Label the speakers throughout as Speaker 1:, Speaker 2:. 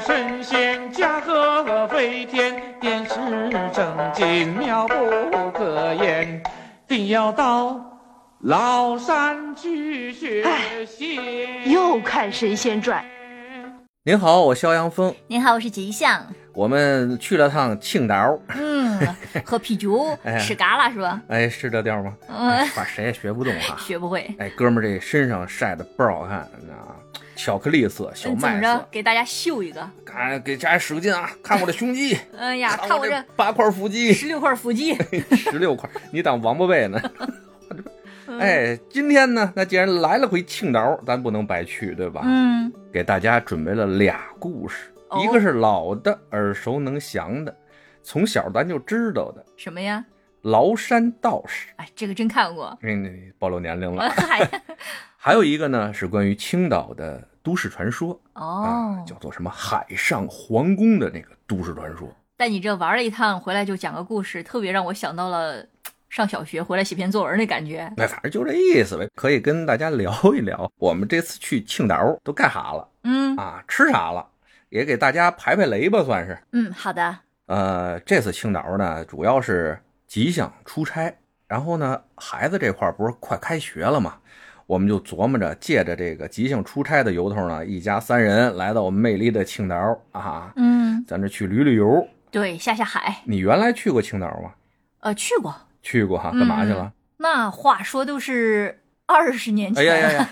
Speaker 1: 神仙驾鹤飞天，点石成金妙不可言，定要到崂山去学
Speaker 2: 哎
Speaker 1: 习。
Speaker 3: 又看《神仙传
Speaker 4: 您好，我肖阳峰，
Speaker 2: 您好，我是吉祥。
Speaker 4: 我们去了趟青岛，
Speaker 2: 嗯，喝啤酒
Speaker 4: 哎，呀
Speaker 2: 吃嘎啦是吧？
Speaker 4: 哎，是这调吗？哎
Speaker 2: 嗯，
Speaker 4: 把谁也学不动 哈、
Speaker 2: 学不会。
Speaker 4: 哎，哥们儿，这身上晒的倍儿好看，你知道吗？巧克力色、
Speaker 2: 嗯
Speaker 4: 小
Speaker 2: 怎么
Speaker 4: 麦
Speaker 2: 着
Speaker 4: 色，，
Speaker 2: 给大家秀一个？
Speaker 4: 看、给家使个劲 啊！看我这胸肌，
Speaker 2: 哎呀，看我这
Speaker 4: 八块 腹肌，
Speaker 2: 十六块腹 肌。
Speaker 4: 十六块，你当王八 背呢？
Speaker 2: 嗯
Speaker 4: 哎，今天呢，那既然来了回青岛，咱不能白去，对吧？
Speaker 2: 嗯，
Speaker 4: 给大家准备了俩故事，
Speaker 2: 哦
Speaker 4: 一个是老的耳熟能详的，从小咱就知道的
Speaker 2: 什么呀？
Speaker 4: 崂山道士，
Speaker 2: 哎，这个真看哎过。
Speaker 4: 嗯，暴露年龄
Speaker 2: 啊
Speaker 4: 了。
Speaker 2: 嗨，
Speaker 4: 还有一个呢是关于青岛的都市传说 啊
Speaker 2: 哦，
Speaker 4: 叫做什么海上皇宫的那个都市传说。
Speaker 2: 但你这玩了一趟回来就讲个故事，特别让我想到了上小学回来写篇作文那感觉。
Speaker 4: 那哎反正就这意思呗，可以跟大家聊一聊，我们这次去青岛都干啥了
Speaker 2: 嗯
Speaker 4: 啊，吃啥了，也给大家排排雷吧，算是。
Speaker 2: 嗯，好的。
Speaker 4: 呃，这次青岛呢，主要是吉祥出差，然后呢，孩子这块儿不是快开学了嘛，我们就琢磨着借着这个吉祥出差的由头呢，一家三人来到我们魅力的青岛啊，
Speaker 2: 嗯，
Speaker 4: 咱这去旅旅游。
Speaker 2: 对，下下海，
Speaker 4: 你原来去过青岛吗？
Speaker 2: 呃，去过。
Speaker 4: 去过哈，干嘛去了？
Speaker 2: 那话说都是二十年
Speaker 4: 哎
Speaker 2: 前
Speaker 4: 呀 呀呀，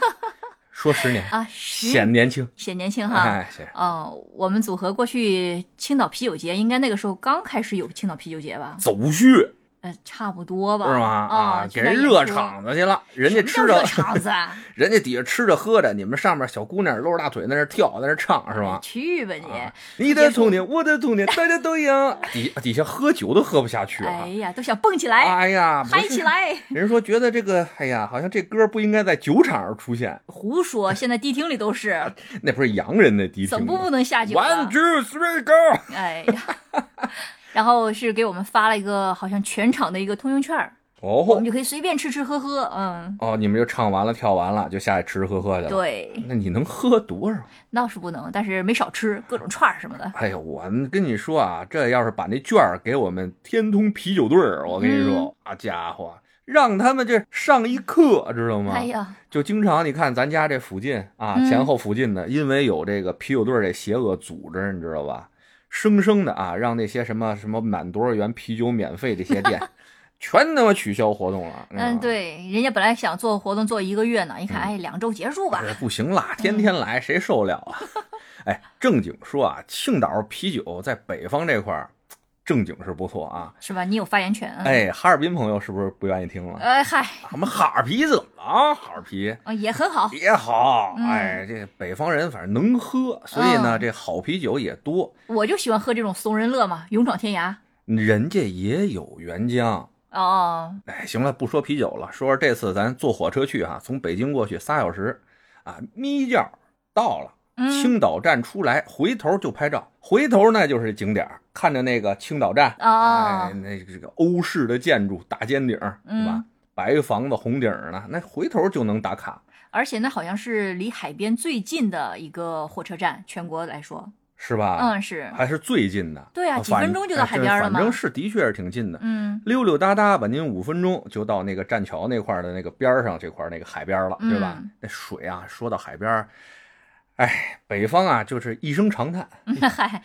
Speaker 4: 说十年，
Speaker 2: 嗯啊，十
Speaker 4: 显年轻，
Speaker 2: 显年啊轻哈。
Speaker 4: 哎，显
Speaker 2: 哦，我们组合过去青岛啤酒节，应该那个时候刚开始有青岛啤酒节吧？
Speaker 4: 走穴是
Speaker 2: 呃，差不多吧。
Speaker 4: 吗？
Speaker 2: 啊，
Speaker 4: 啊，
Speaker 2: 去
Speaker 4: 给
Speaker 2: 那
Speaker 4: 人
Speaker 2: 演
Speaker 4: 热
Speaker 2: 出
Speaker 4: 场子去了，人家
Speaker 2: 什么
Speaker 4: 吃
Speaker 2: 叫
Speaker 4: 着
Speaker 2: 热场子啊，
Speaker 4: 人家底下吃着喝着，你们上面小姑娘搂着大腿在那跳，在那唱是吗？
Speaker 2: 去吧你！
Speaker 4: 啊，你的童年，我的童年，大家都一样。 底底下喝酒都喝不下去啊
Speaker 2: 哎！呀，都想蹦起来，
Speaker 4: 哎呀，不
Speaker 2: 嗨
Speaker 4: 是
Speaker 2: 起！ 来！
Speaker 4: 人说觉得这个，哎呀，好像这歌不应该在酒场上出现，
Speaker 2: 胡说，现在迪厅里都是，
Speaker 4: 那不是洋人的啊迪厅
Speaker 2: 怎
Speaker 4: 吗
Speaker 2: 么不能下酒
Speaker 4: ？One
Speaker 2: 啊？
Speaker 4: two three go！
Speaker 2: 哎呀， 然后是给我们发了一个好像全场的一个通用券儿，我
Speaker 4: 哦
Speaker 2: 们就可以随便吃吃喝喝。嗯，
Speaker 4: 哦，你们就唱完了，跳完了，就下去吃吃喝喝去了。，
Speaker 2: 对，
Speaker 4: 那你能喝多少？
Speaker 2: 那是不能，但是没少吃各种串儿什么的。
Speaker 4: 哎呀，我跟你说啊，这要是把那券儿给我们天通啤酒队儿，我跟你
Speaker 2: 嗯
Speaker 4: 说，啊家伙，让他们这上一课，知道吗？
Speaker 2: 哎呀，
Speaker 4: 就经常你看咱家这附近啊，
Speaker 2: 嗯
Speaker 4: 前后附近的，因为有这个啤酒队儿这邪恶组织，你知道吧？生生的啊，让那些什么什么满多少元啤酒免费这些 店，全他妈取消活动了。你知道吗
Speaker 2: 嗯，，对，人家本来想做活动做一个月呢，一
Speaker 4: 嗯
Speaker 2: 看，哎，两周结束吧
Speaker 4: 哎。呀不行啦，天天来谁受得了 啊？哎，正经说啊，青岛啤酒在北方这块儿，正经是不错啊。
Speaker 2: 是吧？你有发言权。嗯，
Speaker 4: 哎，哈尔滨朋友是不是不愿意听了？
Speaker 2: 哎嗨，
Speaker 4: 我们哈尔啤怎么了啊？哈尔啤。
Speaker 2: 啊也很好。
Speaker 4: 也好，
Speaker 2: 嗯啊
Speaker 4: 哎，这北方人反正能喝，所以呢，这好啤酒也多。
Speaker 2: 我就喜欢喝这种怂人乐嘛，勇闯天涯。
Speaker 4: 人家也有原浆。
Speaker 2: 哦，
Speaker 4: 哎，行了，不说啤酒了，说说这次咱坐火车去哈、从北京过去仨小时，啊，眯觉儿到了。
Speaker 2: 嗯，
Speaker 4: 青岛站出来，回头就拍照，回头呢就是景点儿，看着那个青岛站，
Speaker 2: 哦
Speaker 4: 哎，那这个欧式的建筑，大尖顶儿，
Speaker 2: 嗯
Speaker 4: 是吧？白房子红顶儿呢，那回头就能打卡，
Speaker 2: 而且那好像是离海边最近的一个火车站，全国来说，
Speaker 4: 是吧？
Speaker 2: 嗯，是，
Speaker 4: 啊还是最近的。
Speaker 2: 对啊，几
Speaker 4: 反哎
Speaker 2: 分钟就到海边了
Speaker 4: 反
Speaker 2: 嘛
Speaker 4: 反。正是的确是挺近的，
Speaker 2: 嗯
Speaker 4: 溜溜达达吧，您五分钟就到那个栈桥那块儿的那个边儿上这块儿那个海边了，对吧？
Speaker 2: 嗯
Speaker 4: 那水啊，说到海边儿，哎，北方啊就是一声长叹，
Speaker 2: 嗨，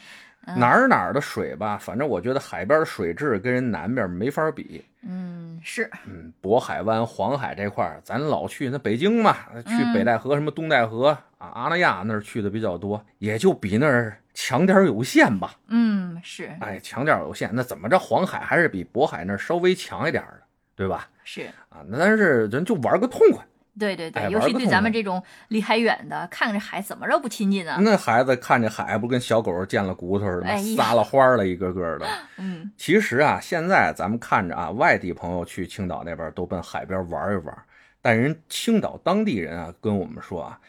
Speaker 2: 嗯
Speaker 4: 哪儿哪儿的水吧，反正我觉得海边的水质跟人南边没法比。
Speaker 2: 嗯，是，
Speaker 4: 嗯，渤海湾、黄海这块儿，咱老去那北京嘛，去
Speaker 2: 嗯
Speaker 4: 北戴河、什么东戴河啊、阿那亚那儿去的比较多，也就比那儿强点儿有限吧。
Speaker 2: 嗯是
Speaker 4: 哎，强点儿有限，那怎么着，黄海还是比渤海那儿稍微强一点儿的，对吧？
Speaker 2: 是，
Speaker 4: 啊，那但是咱就玩个痛快。
Speaker 2: 对对
Speaker 4: 哎
Speaker 2: 对，尤
Speaker 4: 玩
Speaker 2: 其
Speaker 4: 个
Speaker 2: 对
Speaker 4: 痛
Speaker 2: 咱
Speaker 4: 快
Speaker 2: 们这种离海远的，看着海怎么着不亲近呢？
Speaker 4: 那孩子看这海，不跟小狗见了骨头似的吗
Speaker 2: 啊哎，呀
Speaker 4: 撒了欢儿了，一个个的。
Speaker 2: 嗯
Speaker 4: 其实啊，现在咱们看着啊，外地朋友去青岛那边都奔海边玩一玩，但人青岛当地人啊跟我们说啊，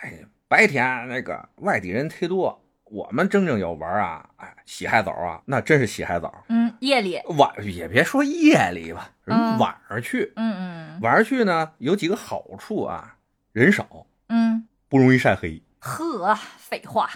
Speaker 4: 哎，白天啊那个外地人忒多，我们真正要玩啊，哎，洗海澡啊，那真是洗海澡。
Speaker 2: 嗯，夜里，
Speaker 4: 晚也别说夜里吧，人
Speaker 2: 嗯
Speaker 4: 晚上去，
Speaker 2: 嗯嗯
Speaker 4: 晚上去呢，有几个好处啊，人少，
Speaker 2: 嗯，
Speaker 4: 不容易晒黑。
Speaker 2: 呵，废话，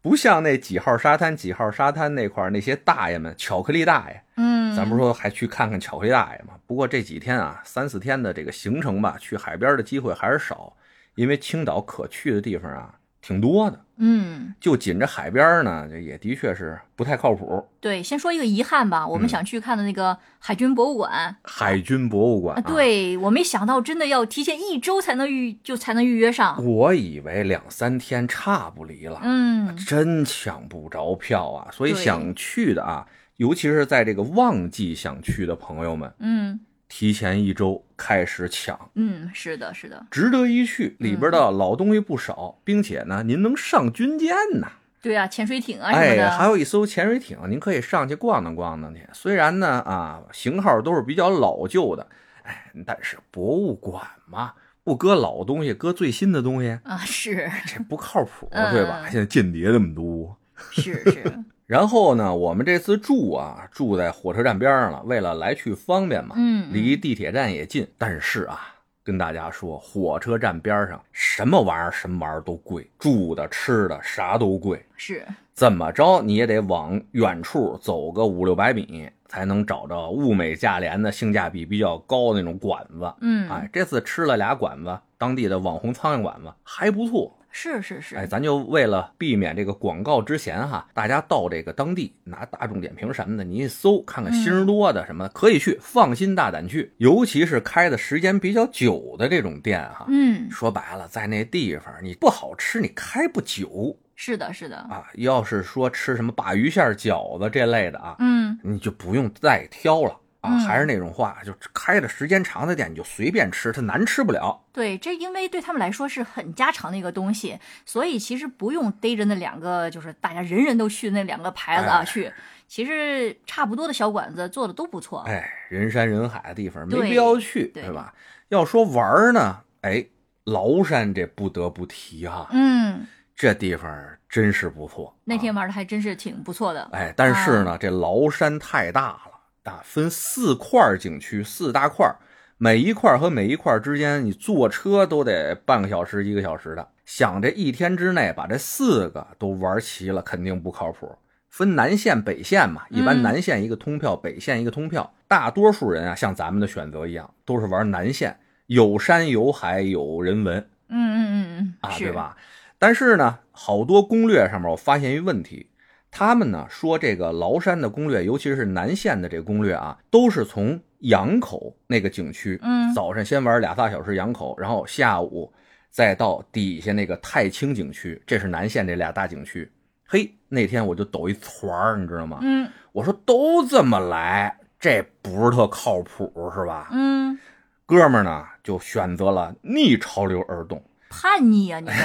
Speaker 4: 不像那几号沙滩、几号沙滩那块儿那些大爷们，巧克力大爷，
Speaker 2: 嗯，
Speaker 4: 咱不是说还去看看巧克力大爷吗？不过这几天啊，三四天的这个行程吧，去海边的机会还是少，因为青岛可去的地方啊挺多的，
Speaker 2: 嗯，
Speaker 4: 就紧着海边呢，这也的确是不太靠谱。
Speaker 2: 对，先说一个遗憾吧，我们
Speaker 4: 嗯
Speaker 2: 想去看的那个海军博物馆，
Speaker 4: 海军博物馆、
Speaker 2: 啊，，对我没想到，真的要提前一周才能预就才能预约上。
Speaker 4: 我以为两三天差不离了，
Speaker 2: 嗯，
Speaker 4: 真抢不着票啊！所以
Speaker 2: 对
Speaker 4: 想去的啊，尤其是在这个旺季想去的朋友们，
Speaker 2: 嗯
Speaker 4: 提前一周开始抢，
Speaker 2: 嗯，是的，是的，
Speaker 4: 值得一去。里边
Speaker 2: 嗯
Speaker 4: 的老东西不少，并且呢，您能上军舰呐，
Speaker 2: 对啊，潜水艇啊什么
Speaker 4: 哎，还
Speaker 2: 的，
Speaker 4: 有一艘潜水艇，您可以上去逛荡逛荡去。虽然呢啊，型号都是比较老旧的，哎，但是博物馆嘛，不搁老东西，搁最新的东西，哎
Speaker 2: 啊，是
Speaker 4: 这不靠谱，
Speaker 2: 嗯
Speaker 4: 对吧？现在间谍那么多。
Speaker 2: 是是，
Speaker 4: 然后呢，我们这次住啊，住在火车站边上了，为了来去方便嘛，
Speaker 2: 嗯，
Speaker 4: 离地铁站也近。但是啊，跟大家说，火车站边上什么玩意儿、什么玩意儿都贵，住的、吃的啥都贵。
Speaker 2: 是，
Speaker 4: 怎么着你也得往远处走个五六百米，才能找着物美价廉的、性价比比较高的那种馆子。
Speaker 2: 嗯，
Speaker 4: 哎，这次吃了俩馆子，当地的网红苍蝇馆子还不错。
Speaker 2: 是是是，
Speaker 4: 哎，咱就为了避免这个广告之嫌哈，大家到这个当地拿大众点评什么的，你一搜看看
Speaker 2: 嗯
Speaker 4: 新儿多的什么的，可以去，放心大胆去。尤其是开的时间比较久的这种店哈，
Speaker 2: 嗯，
Speaker 4: 说白了，在那地方你不好吃，你开不久
Speaker 2: 是的，是的，
Speaker 4: 啊。要是说吃什么鲅鱼馅儿饺子这类的啊，
Speaker 2: 嗯，
Speaker 4: 你就不用再挑了啊。
Speaker 2: 嗯
Speaker 4: 还是那种话，就开的时间长的店你就随便吃，它难吃不了。
Speaker 2: 对，这因为对他们来说是很家常的一个东西，所以其实不用逮着那两个就是大家人人都去的那两个牌子啊、
Speaker 4: 哎
Speaker 2: 去，其实差不多的小馆子做的都不错。
Speaker 4: 哎，人山人海的地方没
Speaker 2: 对
Speaker 4: 必要去，
Speaker 2: 对
Speaker 4: 对吧？要说玩儿呢，哎，崂山这不得不提哈、
Speaker 2: 嗯，
Speaker 4: 这地方真是不错。
Speaker 2: 那天
Speaker 4: 啊、
Speaker 2: 玩的还真是挺不错的。
Speaker 4: 哎，但是呢，这崂山太大了，啊，分四块儿景区，四大块儿，每一块儿和每一块儿之间，你坐车都得半个小时、一个小时的。想这一天之内把这四个都玩齐了，肯定不靠谱。分南线、北线嘛，一般
Speaker 2: 嗯
Speaker 4: 南线一个通票，北线一个通票。大多数人啊，像咱们的选择一样，都是玩南线，有山有海有人文
Speaker 2: 嗯嗯嗯嗯，
Speaker 4: 啊，
Speaker 2: 是
Speaker 4: 对？吧？但是呢，好多攻略上面我发现一问题，他们呢说这个崂山的攻略，尤其是南线的这个攻略啊，都是从羊口那个景区，
Speaker 2: 嗯
Speaker 4: 早上先玩俩仨小时羊口，然后下午再到底下那个太清景区，这是南线这俩大景区。嘿，那天我就抖一团儿，你知道吗？
Speaker 2: 嗯
Speaker 4: 我说都这么来，这不是特靠谱是吧？
Speaker 2: 嗯，
Speaker 4: 哥们儿呢就选择了逆潮流而动。
Speaker 2: 叛逆啊你们！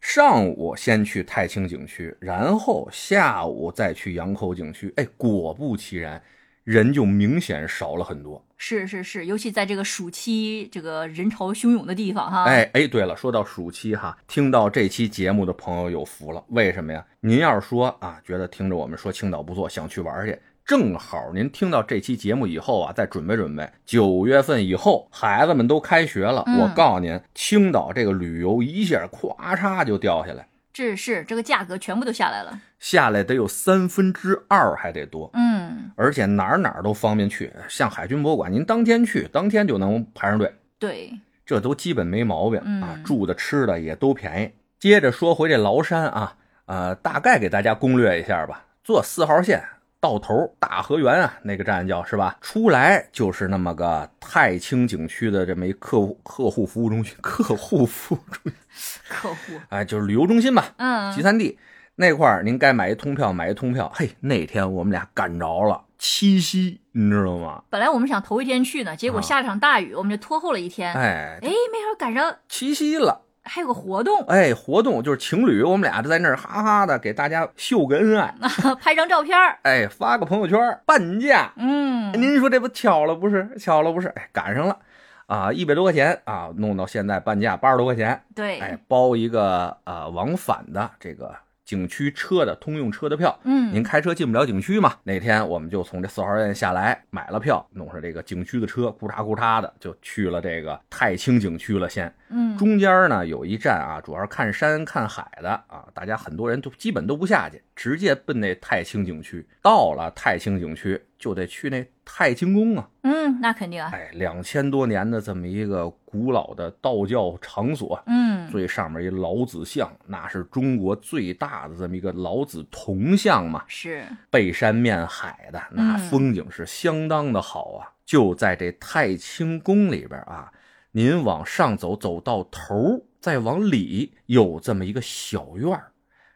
Speaker 4: 上午先去太清景区，然后下午再去羊口景区。哎，果不其然，人就明显少了很多。
Speaker 2: 是是是，尤其在这个暑期这个人潮汹涌的地方哈。，
Speaker 4: 哎哎，对了，说到暑期哈，听到这期节目的朋友有福了，为什么呀？您要是说啊，觉得听着我们说青岛不错，想去玩去，正好您听到这期节目以后啊，再准备准备，九月份以后孩子们都开学了，
Speaker 2: 嗯
Speaker 4: 我告诉您，青岛这个旅游一下咵嚓就掉下来，
Speaker 2: 这是这个价格全部都下来了。
Speaker 4: 下来得有三分之二还得多。
Speaker 2: 嗯，
Speaker 4: 而且哪儿哪儿都方便去，像海军博物馆，您当天去，当天就能排上队，
Speaker 2: 对，
Speaker 4: 这都基本没毛病啊
Speaker 2: 嗯。
Speaker 4: 住的、吃的也都便宜。接着说回这崂山啊，呃，大概给大家攻略一下吧。坐四号线到头大河源啊，那个站叫是吧？出来就是那么个太清景区的这么一客户客户服务中心，客户服务中心，
Speaker 2: 客户。
Speaker 4: 哎，就是旅游中心吧。
Speaker 2: 嗯，
Speaker 4: 集散地那块儿，您该买一通票买一通票。嘿，那天我们俩赶着了七夕，你知道吗？
Speaker 2: 本来我们想头一天去呢，结果
Speaker 4: 啊
Speaker 2: 下了场大雨，我们就拖后了一天。哎，
Speaker 4: 哎，
Speaker 2: 没想到赶上
Speaker 4: 七夕了，
Speaker 2: 还有个活动，
Speaker 4: 哎，活动就是情侣，我们俩在那儿哈哈的给大家秀个恩爱，
Speaker 2: 拍张照片儿。
Speaker 4: 哎，发个朋友圈儿半价。
Speaker 2: 嗯，
Speaker 4: 哎您说这不巧了不是？巧了不是？哎，赶上了。啊，一百多块钱啊，
Speaker 2: 哎
Speaker 4: 弄到现在半价八十多块钱，哎
Speaker 2: 对，
Speaker 4: 哎，包一个呃往返的这个景区车的通用车的票。
Speaker 2: 嗯，
Speaker 4: 您开车进不了景区嘛？那天我们就从这四号院下来，买了票，弄上这个景区的车，咕嚓咕嚓的就去了这个太清景区了。先，
Speaker 2: 嗯
Speaker 4: 中间呢有一站啊，主要是看山看海的啊，大家很多人都基本都不下去，直接奔那太清景区。到了太清景区，就得去那太清宫啊，
Speaker 2: 嗯，那肯定啊，
Speaker 4: 哎，两千多年的这么一个古老的道教场所，
Speaker 2: 嗯
Speaker 4: 最上面一老子像，那是中国最大的这么一个老子铜像嘛，
Speaker 2: 是，
Speaker 4: 背山面海的，那风景是相当的好啊。就在这太清宫里边啊，您往上走，走到头儿，再往里有这么一个小院儿，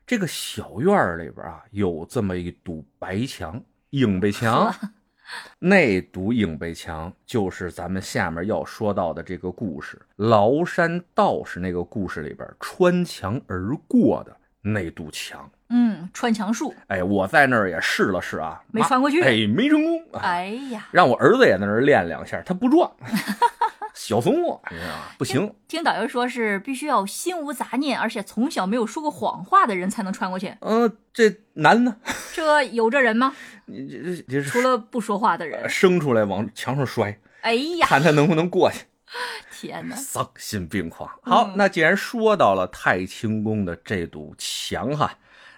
Speaker 4: 这个小院儿里边啊，有这么一堵白墙，影壁墙。 那堵影壁墙就是咱们下面要说到的这个故事——崂山道士那个故事里边穿墙而过的那堵墙。
Speaker 2: 嗯，穿墙术，
Speaker 4: 哎，我在那儿也试了试啊，
Speaker 2: 没
Speaker 4: 妈
Speaker 2: 穿过去
Speaker 4: 哎，没成功。啊
Speaker 2: 哎呀，
Speaker 4: 让我儿子也在那儿练两下，他 不转，小怂货，你知道吗？不行，
Speaker 2: 听导游说是必须要心无杂念，而且从小没有说过谎话的人才能穿过去，
Speaker 4: 嗯、这难呢，
Speaker 2: 这有这人 吗？
Speaker 4: 你这这这
Speaker 2: 除
Speaker 4: 是
Speaker 2: 了不说话的人，
Speaker 4: 生出来往墙上摔，
Speaker 2: 哎呀，
Speaker 4: 看他能不能过去。
Speaker 2: 天哪，
Speaker 4: 丧心病狂。好
Speaker 2: 嗯，
Speaker 4: 那既然说到了太清宫的这堵墙哈，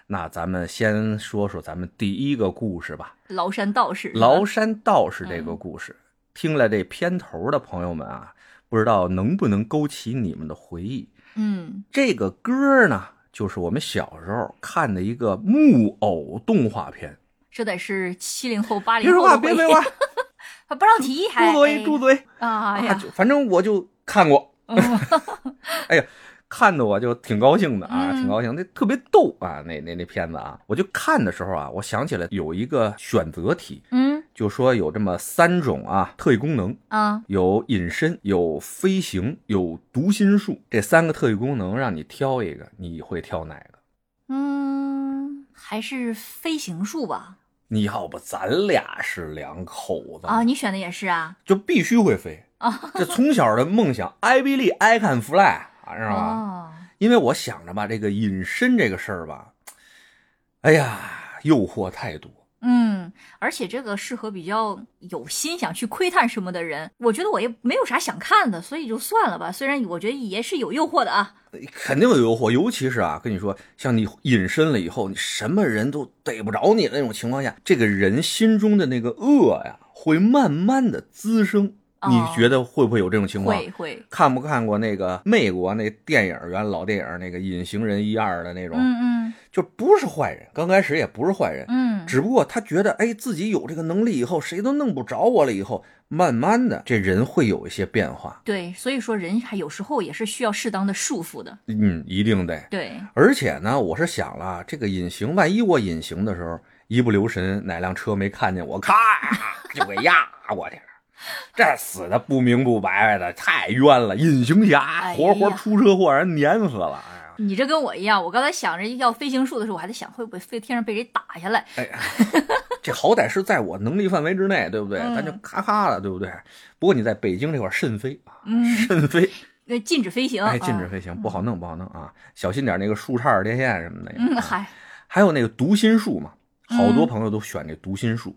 Speaker 4: 那咱们先说说咱们第一个故事吧。
Speaker 2: 崂山道士，
Speaker 4: 崂山道士这
Speaker 2: 嗯
Speaker 4: 个故事，听了这片头的朋友们啊，不知道能不能勾起你们的回忆。
Speaker 2: 嗯
Speaker 4: 这个歌呢，就是我们小时候看的一个木偶动画片。
Speaker 2: 这得是七零后八
Speaker 4: 别
Speaker 2: 零
Speaker 4: 说
Speaker 2: 后
Speaker 4: 话，
Speaker 2: 的
Speaker 4: 别
Speaker 2: 回忆
Speaker 4: 废话，
Speaker 2: 还不让提，还
Speaker 4: 住嘴，住
Speaker 2: 嘴
Speaker 4: 嘴！
Speaker 2: 啊
Speaker 4: 啊
Speaker 2: 呀，哦
Speaker 4: 就反正我就 看过，哎呀，看的我就挺高兴的啊，
Speaker 2: 嗯
Speaker 4: 挺高兴，那特别逗啊，那那那片子啊，我就看的时候啊，我想起来有一个选择题，
Speaker 2: 嗯
Speaker 4: 就说有这么三种啊特异功能，
Speaker 2: 啊，
Speaker 4: 有隐身，有飞行，有读心术，这三个特异功能让你挑一个，你会挑哪个？
Speaker 2: 嗯，还是飞行术吧？
Speaker 4: 你要不咱俩是两口子吗
Speaker 2: 啊，你选的也是啊？
Speaker 4: 就必须会飞
Speaker 2: 啊！
Speaker 4: 这从小的梦想，I believe I can fly，啊知道吧？
Speaker 2: 哦，
Speaker 4: 因为我想着吧，这个隐身这个事儿吧，哎呀，诱惑太多。
Speaker 2: 嗯，而且这个适合比较有心想去窥探什么的人。我觉得我也没有啥想看的，所以就算了吧。虽然我觉得也是有诱惑的啊，
Speaker 4: 肯定有诱惑，尤其是啊，跟你说，像你隐身了以后，你什么人都逮不着你的那种情况下，这个人心中的那个恶呀，会慢慢的滋生。
Speaker 2: 哦
Speaker 4: 你觉得会不会有这种情况？
Speaker 2: 会会，
Speaker 4: 看不看过那个美国那电影原来老电影那个《隐形人一二》的那种，
Speaker 2: 嗯
Speaker 4: 就不是坏人，刚开始也不是坏人，
Speaker 2: 嗯嗯，
Speaker 4: 只不过他觉得，哎，自己有这个能力以后，谁都弄不着我了。以后慢慢的，这人会有一些变化，
Speaker 2: 对，所以说人还有时候也是需要适当的束缚的，
Speaker 4: 嗯，一定得。
Speaker 2: 对，
Speaker 4: 而且呢，我是想了，这个隐形，万一我隐形的时候一不留神，哪辆车没看见我，咔就给压过去了。这死的不明不白的，太冤了！隐形侠
Speaker 2: 哎呀
Speaker 4: 活活出车祸，让人碾死了。哎呀，
Speaker 2: 你这跟我一样，我刚才想着要飞行术的时候，我还在想会不会飞天上被人打下 来。
Speaker 4: 这好歹是在我能力范围之内，对不对？
Speaker 2: 嗯
Speaker 4: 咱就咔咔了，对不对？不过你在北京这块儿慎飞啊，
Speaker 2: 嗯，
Speaker 4: 慎飞。
Speaker 2: 呃禁止飞行，
Speaker 4: 哎，禁止
Speaker 2: 啊。
Speaker 4: 飞行不好弄，不好弄啊！小心点那个树杈儿电线什么的呀。
Speaker 2: 嗯，
Speaker 4: 啊
Speaker 2: 嗨，
Speaker 4: 还有那个读心术嘛，好多
Speaker 2: 嗯
Speaker 4: 朋友都选这读心术。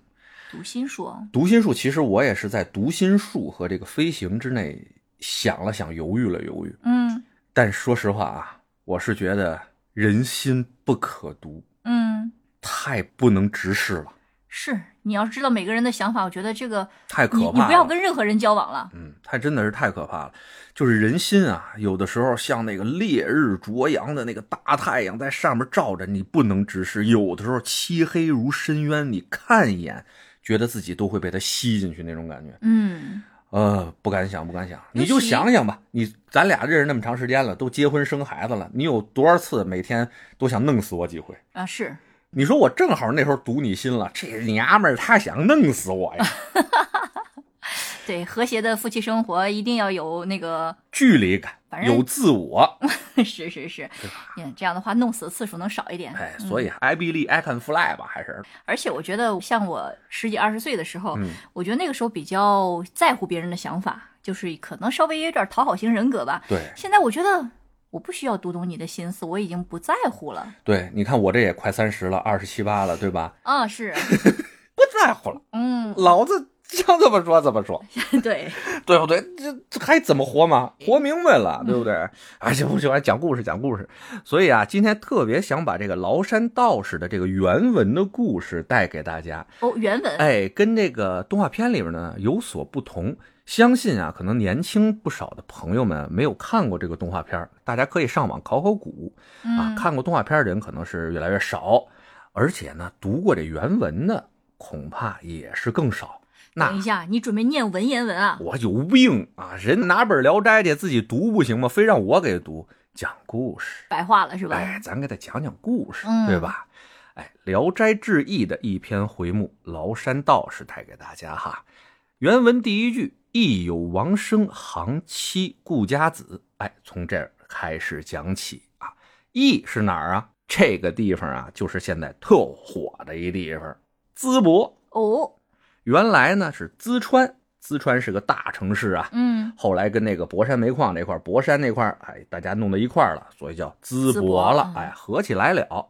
Speaker 2: 读心术，
Speaker 4: 读心术其实我也是在读心术和这个飞行之内想了想，犹豫了犹豫。
Speaker 2: 嗯
Speaker 4: 但说实话啊，我是觉得人心不可读，
Speaker 2: 嗯，
Speaker 4: 太不能直视了，
Speaker 2: 是你要知道每个人的想法，我觉得这个
Speaker 4: 太可
Speaker 2: 你
Speaker 4: 怕了。
Speaker 2: 你不要跟任何人交往了。
Speaker 4: 嗯，太真的是太可怕了。就是人心啊，有的时候像那个烈日灼阳的那个大太阳在上面照着，你不能直视；有的时候漆黑如深渊，你看一眼，觉得自己都会被它吸进去那种感觉。
Speaker 2: 嗯，
Speaker 4: 呃，不敢想，不敢想。
Speaker 2: 尤
Speaker 4: 你就
Speaker 2: 其
Speaker 4: 想想吧，你咱俩认识那么长时间了，都结婚生孩子了，你有多少次每天都想弄死我几回？
Speaker 2: 啊是，
Speaker 4: 你说我正好那时候堵你心了，这娘们儿她想弄死我 呀！
Speaker 2: 对和谐的夫妻生活一定要有那个，
Speaker 4: 距离感
Speaker 2: 反，正
Speaker 4: 有自我。
Speaker 2: 是是是，嗯，这样的话弄死的次数能少一点。
Speaker 4: 哎，
Speaker 2: 嗯
Speaker 4: 所以 I believe I can fly 吧，还是
Speaker 2: 而且我觉得，像我十几二十岁的时候，
Speaker 4: 嗯
Speaker 2: 我觉得那个时候比较在乎别人的想法，就是可能稍微有点讨好型人格吧。
Speaker 4: 对
Speaker 2: 现在我觉得我不需要读懂你的心思，我已经不在乎了。
Speaker 4: 对，你看我这也快三十了，二十七八了，对吧？
Speaker 2: 啊，是，
Speaker 4: 不在乎 了，
Speaker 2: 嗯，
Speaker 4: 老子想怎么说怎么说，
Speaker 2: 对，
Speaker 4: 对不对？这这还怎么活嘛？活明白了，对不对？ 而且不喜欢讲故事，讲故事。所以啊，今天特别想把这个崂山道士的这个原文的故事带给大家。
Speaker 2: 哦，原文，
Speaker 4: 哎，跟这个动画片里边呢有所不同。相信啊，可能年轻不少的朋友们没有看过这个动画片儿，大家可以上网考考古啊。
Speaker 2: 嗯，
Speaker 4: 看过动画片儿的人可能是越来越少，而且呢，读过这原文的恐怕也是更少。那
Speaker 2: 等一下，你准备念文言文啊？
Speaker 4: 我有病啊！人拿本《聊斋》去自己读不行吗？非让我给读，讲故事。
Speaker 2: 白话了是吧？
Speaker 4: 哎，咱给他讲讲故事，
Speaker 2: 嗯
Speaker 4: 对吧？哎，《聊斋志异》的一篇回目，崂山道士带给大家哈。原文第一句“亦有王生行妻顾家子”，哎，从这儿开始讲起啊。亦是哪儿啊？这个地方啊，就是现在特火的一地方——淄博。
Speaker 2: 哦，
Speaker 4: 原来呢是淄川，淄川是个大城市啊，
Speaker 2: 嗯，
Speaker 4: 后来跟那个博山煤矿这块儿，博山那块儿，哎，大家弄到一块儿了，所以叫淄
Speaker 2: 淄
Speaker 4: 博
Speaker 2: 博
Speaker 4: 了
Speaker 2: 嗯，
Speaker 4: 哎，合起来了。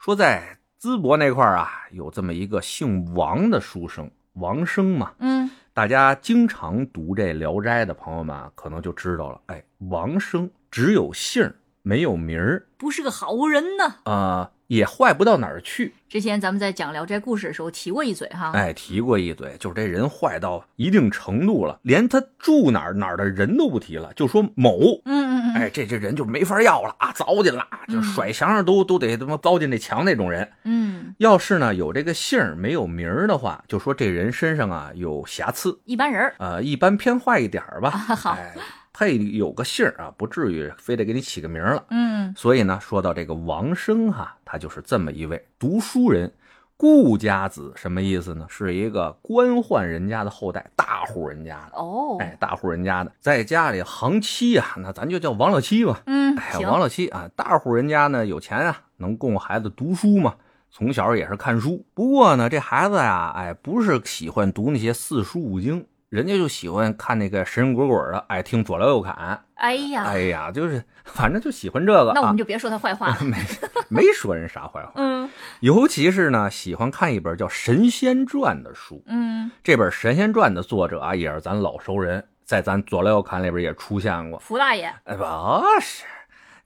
Speaker 4: 说在淄博那块儿啊，有这么一个姓王的书生，王生嘛，
Speaker 2: 嗯，
Speaker 4: 大家经常读这《聊斋》的朋友们啊可能就知道了，哎，王生只有姓儿没有名儿，
Speaker 2: 不是个好人呢。
Speaker 4: 呃，也坏不到哪儿去。
Speaker 2: 之前咱们在讲《聊斋故事》的时候提过一嘴哈，
Speaker 4: 哎，提过一嘴，就是这人坏到一定程度了，连他住哪儿哪儿的人都不提了，就说某，
Speaker 2: 嗯嗯嗯，
Speaker 4: 哎，这这人就没法要了啊，糟践了，就
Speaker 2: 嗯
Speaker 4: 甩墙上都都得他妈糟践这墙那种人。
Speaker 2: 嗯，
Speaker 4: 要是呢有这个姓儿没有名儿的话，就说这人身上啊有瑕疵，
Speaker 2: 一般人儿，
Speaker 4: 呃，一般偏坏一点儿吧。
Speaker 2: 啊好
Speaker 4: 哎，配有个姓儿啊，不至于非得给你起个名儿了。
Speaker 2: 嗯，
Speaker 4: 所以呢，说到这个王生哈、他就是这么一位读书人。顾家子什么意思呢？是一个官宦人家的后代，大户人家的，
Speaker 2: 哦，
Speaker 4: 哎，大户人家的，在家里行七啊，那咱就叫王老七吧。
Speaker 2: 嗯，
Speaker 4: 哎，
Speaker 2: 行，
Speaker 4: 王老七啊，大户人家呢有钱啊，能供孩子读书嘛，从小也是看书。不过呢，这孩子呀、哎，不是喜欢读那些四书五经，人家就喜欢看那个神神鬼鬼的，爱听左聊右侃。
Speaker 2: 哎呀，
Speaker 4: 哎呀，就是反正就喜欢这个、啊。
Speaker 2: 那我们就别说他坏话 了，
Speaker 4: 没没说人啥坏话，
Speaker 2: 嗯
Speaker 4: 尤其是呢，喜欢看一本叫《神仙传》的书。
Speaker 2: 嗯，
Speaker 4: 这本《神仙传》的作者啊，也是咱老熟人，在咱左聊右侃里边也出现过。
Speaker 2: 福大爷，
Speaker 4: 哎，不是，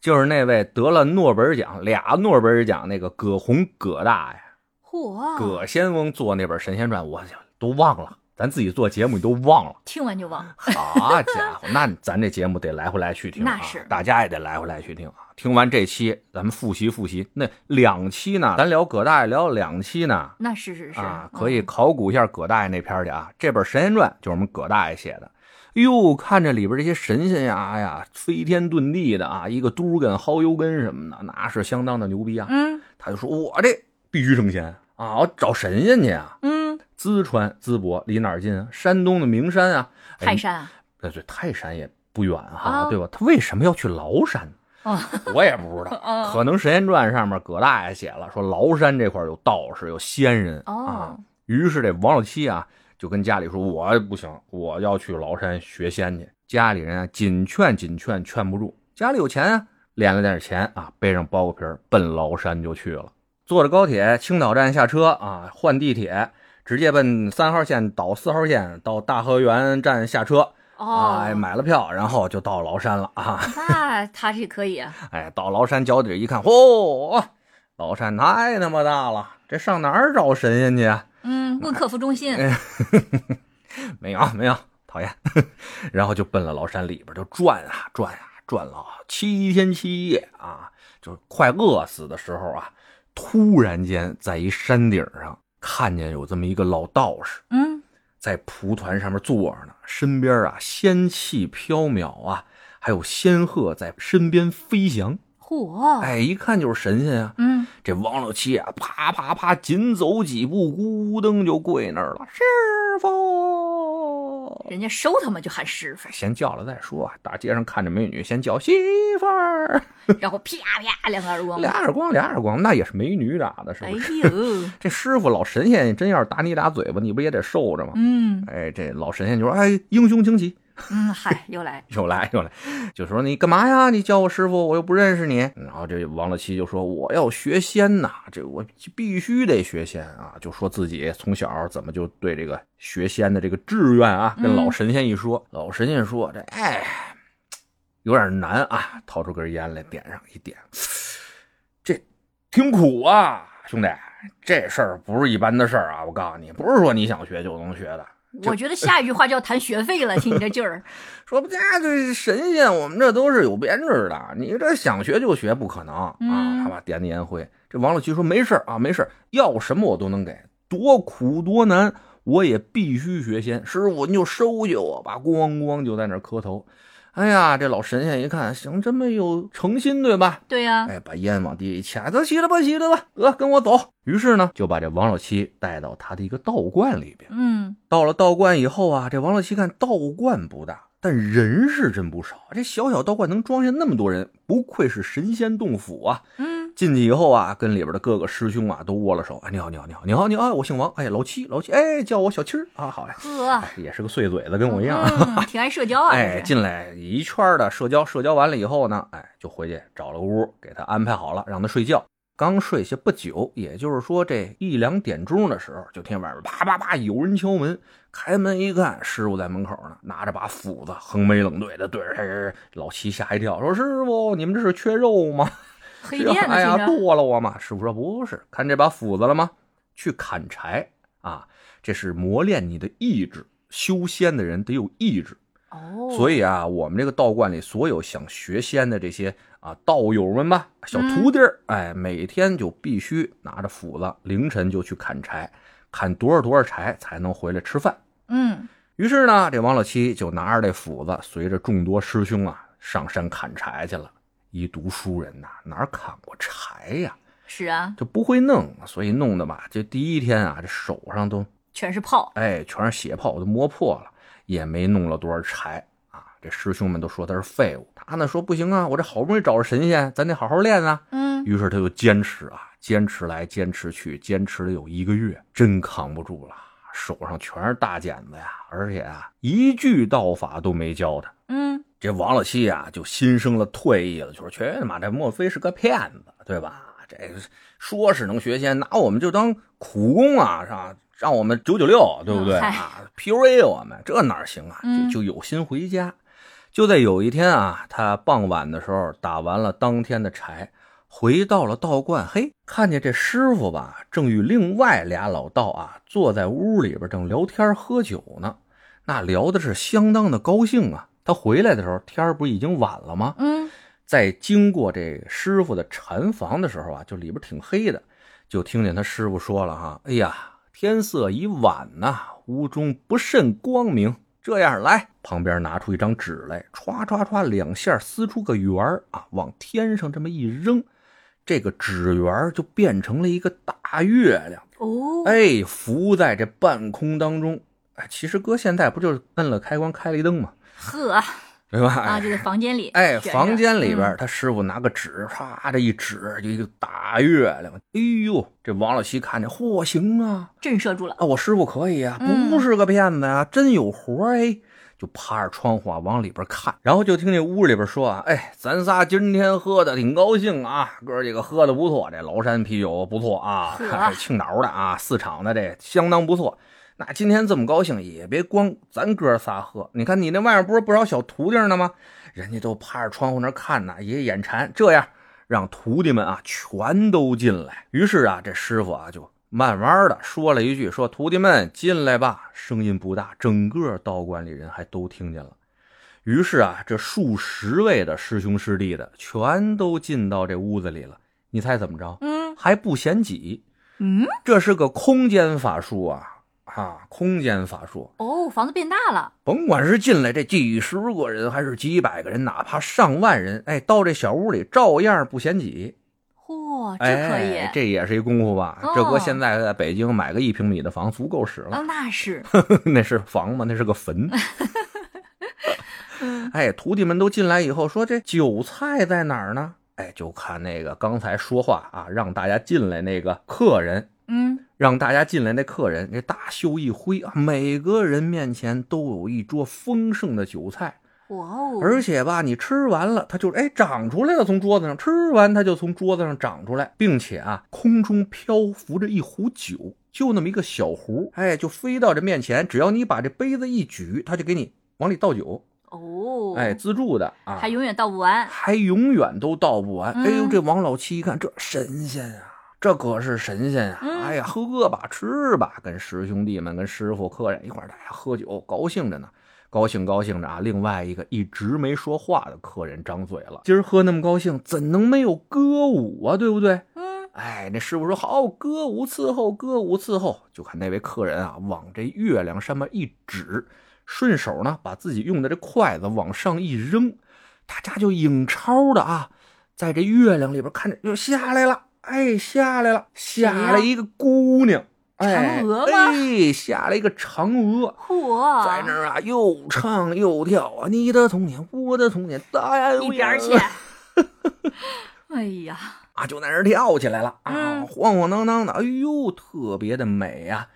Speaker 4: 就是那位得了诺贝尔奖俩诺贝尔奖那个葛洪葛大爷，
Speaker 2: 嚯，。
Speaker 4: 葛仙翁做那本《神仙传》，我都忘了，咱自己做节目你都忘了
Speaker 2: 听完就忘，
Speaker 4: 好家伙，那咱这节目得来回来去听、啊，
Speaker 2: 那是
Speaker 4: 大家也得来回来去听啊。听完这期，咱们复习复习那两期呢，咱聊葛大爷聊了两期呢。
Speaker 2: 那是是是嗯
Speaker 4: 啊，可以，考古一下葛大爷那篇儿去啊。这本《神仙传》就是我们葛大爷写的。哟，看着里边这些神仙呀，哎呀，飞天遁地的啊，一个嘟跟、薅油根什么的，那是相当的牛逼啊。
Speaker 2: 嗯
Speaker 4: 他就说：“我这必须成仙啊，我找神仙去啊。
Speaker 2: 嗯”
Speaker 4: 淄川、淄博离哪儿近啊？山东的名山啊，
Speaker 2: 嗯，泰山啊，
Speaker 4: 哎，对，泰山也不远哈、
Speaker 2: 啊
Speaker 4: 对吧？他为什么要去崂山呢？
Speaker 2: 哦
Speaker 4: 我也不知道，
Speaker 2: 嗯
Speaker 4: 可能《神仙传》上面葛大爷写了，说崂山这块有道士，有仙人、啊
Speaker 2: 哦。
Speaker 4: 于是这王老七啊，就跟家里说：“我不行，我要去崂山学仙去。”家里人啊，紧劝紧劝，劝不住。家里有钱啊，敛了点钱啊，背上包袱皮儿奔崂山就去了。坐着高铁，青岛站下车啊，换地铁，直接奔三号线倒四号线，到大河源站下车。
Speaker 2: 哦
Speaker 4: 哎，，买了票，然后就到崂山了啊！
Speaker 2: 那他这可以啊，
Speaker 4: 哎，到崂山脚底儿一看，嚯、崂山太他妈大了，这上哪儿找神仙去啊？
Speaker 2: 嗯，问客服中心，
Speaker 4: 没有没有，讨厌。 然后就奔了崂山里边就转啊转啊转了七天七夜啊，就是快饿死的时候啊，突然间在一山顶上看见有这么一个老道士
Speaker 2: 嗯，
Speaker 4: 在蒲团上面坐着呢，身边啊仙气飘渺啊，还有仙鹤在身边飞翔。
Speaker 2: 嚯，
Speaker 4: 哎，一看就是神仙啊！
Speaker 2: 嗯，
Speaker 4: 这王老七啊，啪啪啪，紧走几步，咕噔就跪那儿了。师傅，
Speaker 2: 人家收他们就喊师 傅，
Speaker 4: 先叫了再说啊。大街上看着美女，先叫媳妇儿，
Speaker 2: 然后啪啪两个耳光，
Speaker 4: 俩耳光，俩耳光，那也是美女打的，是
Speaker 2: 哦哎
Speaker 4: 不是？
Speaker 2: 呦，
Speaker 4: 这师傅老神仙真要是打你俩嘴巴，你不也得受着吗？
Speaker 2: 嗯，
Speaker 4: 哎，这老神仙就说：“哎，英雄请起，
Speaker 2: 嗯，嗨，又来，
Speaker 4: 又来又来，就说你干嘛呀？你叫我师傅，我又不认识你。然后这王老七就说我要学仙呐，这我必须得学仙啊！就说自己从小怎么就对这个学仙的这个志愿啊，跟老神仙一说，老神仙说这哎有点难啊，掏出根烟来点上一点，这挺苦啊，兄弟，这事儿不是一般的事儿啊！我告诉你，不是说你想学就能学的。
Speaker 2: 我觉得下一句话就要谈学费了，听你这劲 儿，
Speaker 4: 说不家这神仙，我们这都是有编制的，你这想学就学不可能啊！
Speaker 2: 嗯
Speaker 4: 他爸点点烟灰，这王老七说没事儿啊，没事儿，要什么我都能给，多苦多难我也必须学仙。师傅您就收下我吧，咣咣就在那儿磕头。哎呀，这老神仙一看，行，真没有诚心，对吧？
Speaker 2: 对呀、
Speaker 4: 哎，把烟往地一掐，得起来吧，起来吧，得跟我走。于是呢，就把这王老七带到他的一个道观里边。
Speaker 2: 嗯，
Speaker 4: 到了道观以后啊，这王老七看道观不大，但人是真不少。这小小道观能装下那么多人，不愧是神仙洞府啊！
Speaker 2: 嗯，
Speaker 4: 进去以后啊，跟里边的各个师兄啊都握了手。哎，你好，你好，你好，你好，你好，哎我姓王，哎，老七，老七，哎，叫我小七儿啊，好嘞、
Speaker 2: 呵，
Speaker 4: 哎也是个碎嘴子，跟我一样啊。
Speaker 2: 嗯，挺爱社交啊，
Speaker 4: 哎，
Speaker 2: 这是
Speaker 4: 进来一圈儿的社交，社交完了以后呢，哎，就回去找了个屋，给他安排好了，让他睡觉。刚睡下不久，也就是说这一两点钟的时候，就听外边啪啪啪有人敲门。开门一看，师傅在门口呢，拿着把斧子，横眉冷对的对着这老七吓一跳，说：“师傅，你们这是缺肉吗？”
Speaker 2: 黑
Speaker 4: 这
Speaker 2: 店
Speaker 4: 哎
Speaker 2: 的，啊听着，
Speaker 4: 呀，剁了我嘛！师傅说不是，看这把斧子了吗？去砍柴啊，这是磨练你的意志。修仙的人得有意志，
Speaker 2: 哦，
Speaker 4: 所
Speaker 2: 以，
Speaker 4: 以啊，我们这个道观里所有想学仙的这些啊道友们吧，小徒弟儿，哎，每天就必须拿着斧子，凌晨就去砍柴，砍多少多少柴才能回来吃饭。
Speaker 2: 嗯，
Speaker 4: 于是呢，这王老七就拿着这斧子，随着众多师兄啊上山砍柴去了。一读书人呐、哪儿砍过柴呀、
Speaker 2: 是啊，
Speaker 4: 就不会弄，所以弄的吧，这第一天啊，这手上都
Speaker 2: 全是炮，
Speaker 4: 哎，全是血泡，都磨破了，也没弄了多少柴啊。这师兄们都说他是废物，他呢说不行啊，我这好不容易找着神仙，咱得好好练啊。
Speaker 2: 嗯，
Speaker 4: 于是他就坚持啊，坚持来，坚持去，坚持了有一个月，真扛不住了，手上全是大茧子呀，而且啊，一句道法都没教他。
Speaker 2: 嗯，
Speaker 4: 这王老七啊，就心生了退意了，就说：“去他妈，这莫非是个骗子，对吧？这说是能学仙，拿我们就当苦工啊，是吧？让我们九九六，对不对、
Speaker 2: 嗯嗨
Speaker 4: 啊？PUA 我们，这哪行啊？
Speaker 2: 嗯
Speaker 4: 就就有心回家。就在有一天啊，他傍晚的时候打完了当天的柴，回到了道观，嘿，看见这师傅吧，正与另外俩老道啊坐在屋里边正聊天喝酒呢，那聊的是相当的高兴啊。他回来的时候，天儿不已经晚了吗？
Speaker 2: 嗯，
Speaker 4: 在经过这师傅的禅房的时候啊，就里边挺黑的，就听见他师傅说了哈，哎呀，天色已晚呐、屋中不甚光明。这样来，旁边拿出一张纸来，歘歘歘两下撕出个圆儿啊，往天上这么一扔，这个纸圆儿就变成了一个大月亮。
Speaker 2: 哦，
Speaker 4: 哎，浮在这半空当中。哎，其实搁现在不就是摁了开关开了一灯嘛，
Speaker 2: 呵，
Speaker 4: 对吧？
Speaker 2: 啊，就在房间里，
Speaker 4: 哎，
Speaker 2: 悬着
Speaker 4: 房间里边
Speaker 2: 嗯
Speaker 4: 儿，他师傅拿个纸，啪这一指，就一个大月亮。哎呦，这王老七看见，嚯，行啊，
Speaker 2: 嗯震慑住了，
Speaker 4: 啊，我师傅可以啊，
Speaker 2: 嗯
Speaker 4: 不是个骗子啊，真有活儿哎。就趴着窗户啊往里边看，然后就听见屋里边说啊，哎，咱仨今天喝的挺高兴啊，哥儿几个喝的不错，这崂山啤酒不错啊，
Speaker 2: 是
Speaker 4: 哎青岛的啊，四厂的这相当不错。那今天这么高兴，也别光咱哥仨喝，你看你那外面不是不少小徒弟呢吗？人家都趴着窗户那儿看呢，也眼馋。这样让徒弟们啊全都进来。于是啊，这师傅啊就慢慢的说了一句：“说徒弟们进来吧。”声音不大，整个道观里人还都听见了。于是啊，这数十位的师兄师弟的全都进到这屋子里了。你猜怎么着？
Speaker 2: 嗯
Speaker 4: 还不嫌挤？
Speaker 2: 嗯，
Speaker 4: 这是个空间法术啊！啊，空间法术，
Speaker 2: 哦，房子变大了，
Speaker 4: 甭管是进来这几十个人，还是几百个人，哪怕上万人，哎，到这小屋里照样不嫌挤。
Speaker 2: 嚯，哦这可以，
Speaker 4: 哎，这也是一功夫吧？
Speaker 2: 哦
Speaker 4: 这不现在在北京买个一平米的房足够使了，
Speaker 2: 啊，那是，
Speaker 4: 那是房吗？那是个 坟。哎，徒弟们都进来以后说：“这韭菜在哪儿呢？”哎，就看那个刚才说话啊，让大家进来那个客人，
Speaker 2: 嗯，
Speaker 4: 让大家进来那客人，这大袖一挥啊，每个人面前都有一桌丰盛的酒菜，
Speaker 2: 哇哦，
Speaker 4: 而且吧，你吃完了，它就哎长出来了，从桌子上吃完，它就从桌子上长出来，并且啊，空中漂浮着一壶酒，就那么一个小壶，哎，就飞到这面前，只要你把这杯子一举，它就给你往里倒酒，
Speaker 2: 哦，
Speaker 4: 哎，，自助的啊，
Speaker 2: 还永远倒不 完，
Speaker 4: 还永远都倒不完。
Speaker 2: 嗯
Speaker 4: 哎呦，这王老七一看，这神仙啊！这可是神仙啊！
Speaker 2: 嗯
Speaker 4: 哎呀，喝吧，吃吧，跟师兄弟们、跟师傅、客人一块儿，大家喝酒，高兴着呢，高兴高兴着啊！另外一个一直没说话的客人张嘴了，今儿喝那么高兴，怎能没有歌舞啊？对不对？
Speaker 2: 嗯，
Speaker 4: 哎，那师傅说好，歌舞伺候，歌舞伺候。就看那位客人啊，往这月亮上面一指，顺手呢把自己用的这筷子往上一扔，大家就影抄的啊，在这月亮里边看着就下来了，哎，下来了，下来一个姑娘，哎，
Speaker 2: 嫦娥吗
Speaker 4: 哎，下来一个嫦娥。
Speaker 2: 嚯，
Speaker 4: 在那儿啊，又唱又跳啊！你的童年，我的童年，大家
Speaker 2: 一 边儿去，哎呀，
Speaker 4: 啊，就在那儿跳起来了啊，
Speaker 2: 嗯
Speaker 4: 晃晃荡荡的，哎呦，特别的美啊！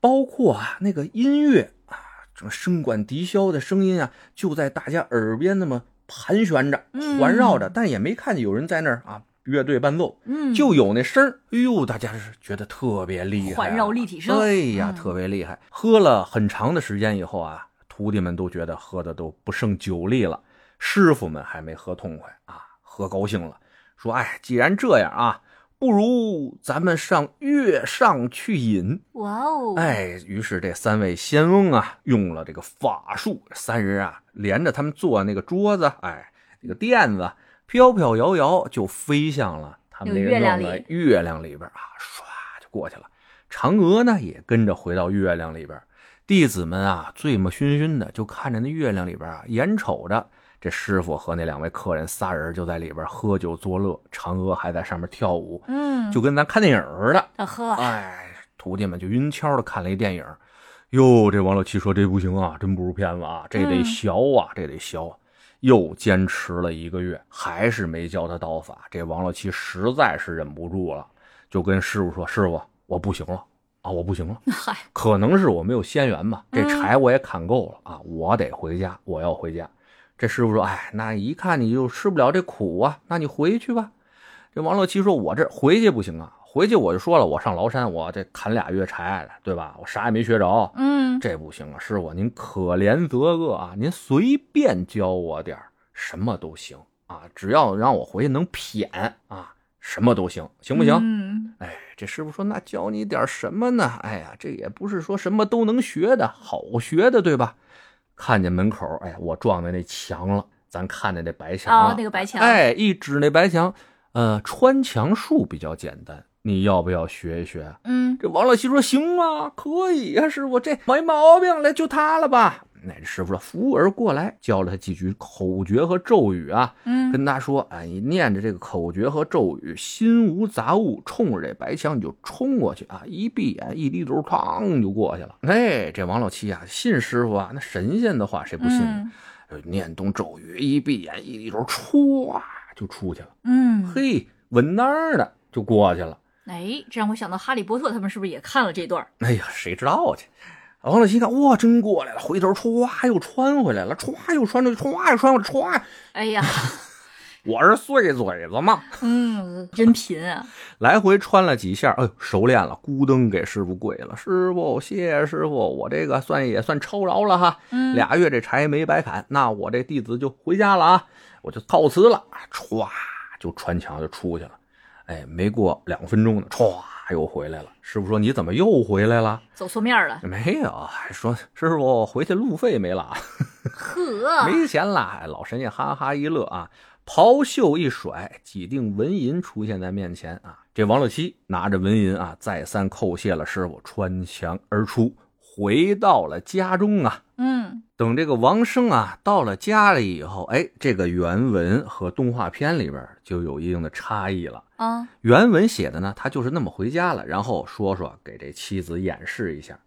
Speaker 4: 包括啊那个音乐啊，这声管笛箫的声音啊，就在大家耳边那么盘旋着、
Speaker 2: 嗯
Speaker 4: 环绕着，但也没看见有人在那儿啊乐队伴奏，
Speaker 2: 嗯，
Speaker 4: 就有那声儿，哎呦，大家是觉得特别厉害啊、
Speaker 2: 环绕立体声
Speaker 4: 哎呀，
Speaker 2: 嗯
Speaker 4: 特别厉害。喝了很长的时间以后啊，徒弟们都觉得喝的都不胜酒力了，师傅们还没喝痛快啊，喝高兴了，说：“哎，既然这样啊，不如咱们上月上去饮。”
Speaker 2: 哇哦，，
Speaker 4: 哎，于是这三位仙翁啊，用了这个法术，三人啊，连着他们坐那个桌子，哎，那个垫子，飘飘摇摇就飞向了他们那
Speaker 2: 有
Speaker 4: 个
Speaker 2: 月亮
Speaker 4: 弄的
Speaker 2: 里
Speaker 4: 月亮里边啊，唰就过去了。嫦娥呢，也跟着回到月亮里边。弟子们啊，醉醺醺的，就看着那月亮里边啊，眼瞅着这师傅和那两位客人仨人就在里边喝酒作乐，嫦娥还在上面跳舞，
Speaker 2: 嗯，
Speaker 4: 就跟咱看电影儿似的。
Speaker 2: 啊呵，
Speaker 4: 哎，徒弟们就晕悄的看了一电影。哟，这王老七说这不行啊，真不是骗子啊，这得
Speaker 2: 嗯
Speaker 4: 学啊，这得学。又坚持了一个月，还是没教他刀法。这王老七实在是忍不住了，就跟师傅说：“师傅，我不行了啊，我不行了，
Speaker 2: 嗨，
Speaker 4: 可能是我没有仙缘吧，这
Speaker 2: 嗯
Speaker 4: 柴我也砍够了啊，我得回家，我要回家。”这师傅说：“哎，那一看你就吃不了这苦啊，那你回去吧。”这王老七说：“我这回去不行啊，回去我就说了，我上崂山，我这砍俩月柴，对吧？我啥也没学着，
Speaker 2: 嗯，
Speaker 4: 这不行啊，师傅，您可怜则恶啊，您随便教我点儿什么都行啊，只要让我回去能谝啊，什么都行，行不行？”
Speaker 2: 嗯，
Speaker 4: 哎，这师傅说：“那教你点什么呢？哎呀，这也不是说什么都能学的，好学的，对吧？”看见门口，哎，我撞在那墙了，咱看见那白墙了
Speaker 2: 哦那个白墙
Speaker 4: 哎，一指那白墙，呃，穿墙术比较简单，你要不要学一学？
Speaker 2: 嗯，
Speaker 4: 这王老七说：“行啊，可以啊，师傅，这没毛病，来就他了吧。”那这师傅说：“扶儿过来，教了他几句口诀和咒语啊。”
Speaker 2: 嗯，
Speaker 4: 跟他说：“哎，你念着这个口诀和咒语，心无杂物，冲着这白墙你就冲过去啊！一闭眼，一滴头，嘡就过去了。”哎，这王老七啊，信师傅啊，那神仙的话谁不信呢？
Speaker 2: 嗯，
Speaker 4: 就念动咒语，一闭眼，一滴头，歘就出去了。
Speaker 2: 嗯，
Speaker 4: 嘿，稳当儿的就过去了。
Speaker 2: 哎，这让我想到《哈利波特》，他们是不是也看了这段儿？
Speaker 4: 哎呀，谁知道去？王老七一看，哇，真过来了！回头歘又穿回来了，歘又穿回去，歘又穿回去，歘！
Speaker 2: 哎 呀，
Speaker 4: 我是碎嘴子嘛。
Speaker 2: 嗯，真贫啊，
Speaker 4: 来回穿了几下，哎呦，熟练了，咕噔给师傅跪了。师傅，谢谢师傅，我这个算也算抽着了哈，
Speaker 2: 嗯，
Speaker 4: 俩月这柴没白砍，那我这弟子就回家了啊，我就告辞了。歘，就穿墙就出去了。哎，没过两分钟呢，歘又回来了。师傅说：“你怎么又回来了
Speaker 2: 走错面儿了？”，
Speaker 4: 没有，还说师傅回去路费没了，啊
Speaker 2: 呵，
Speaker 4: 没钱了。哎老神仙哈哈一乐啊，袍袖一甩，几锭纹银出现在面前啊。这王老七拿着纹银啊，再三叩谢了师傅，穿墙而出，回到了家中啊。
Speaker 2: 嗯，
Speaker 4: 等这个王生啊到了家里以后，哎，这个原文和动画片里边就有一定的差异了。
Speaker 2: 啊，
Speaker 4: 原文写的呢，他就是那么回家了，然后说说给这妻子演示一下。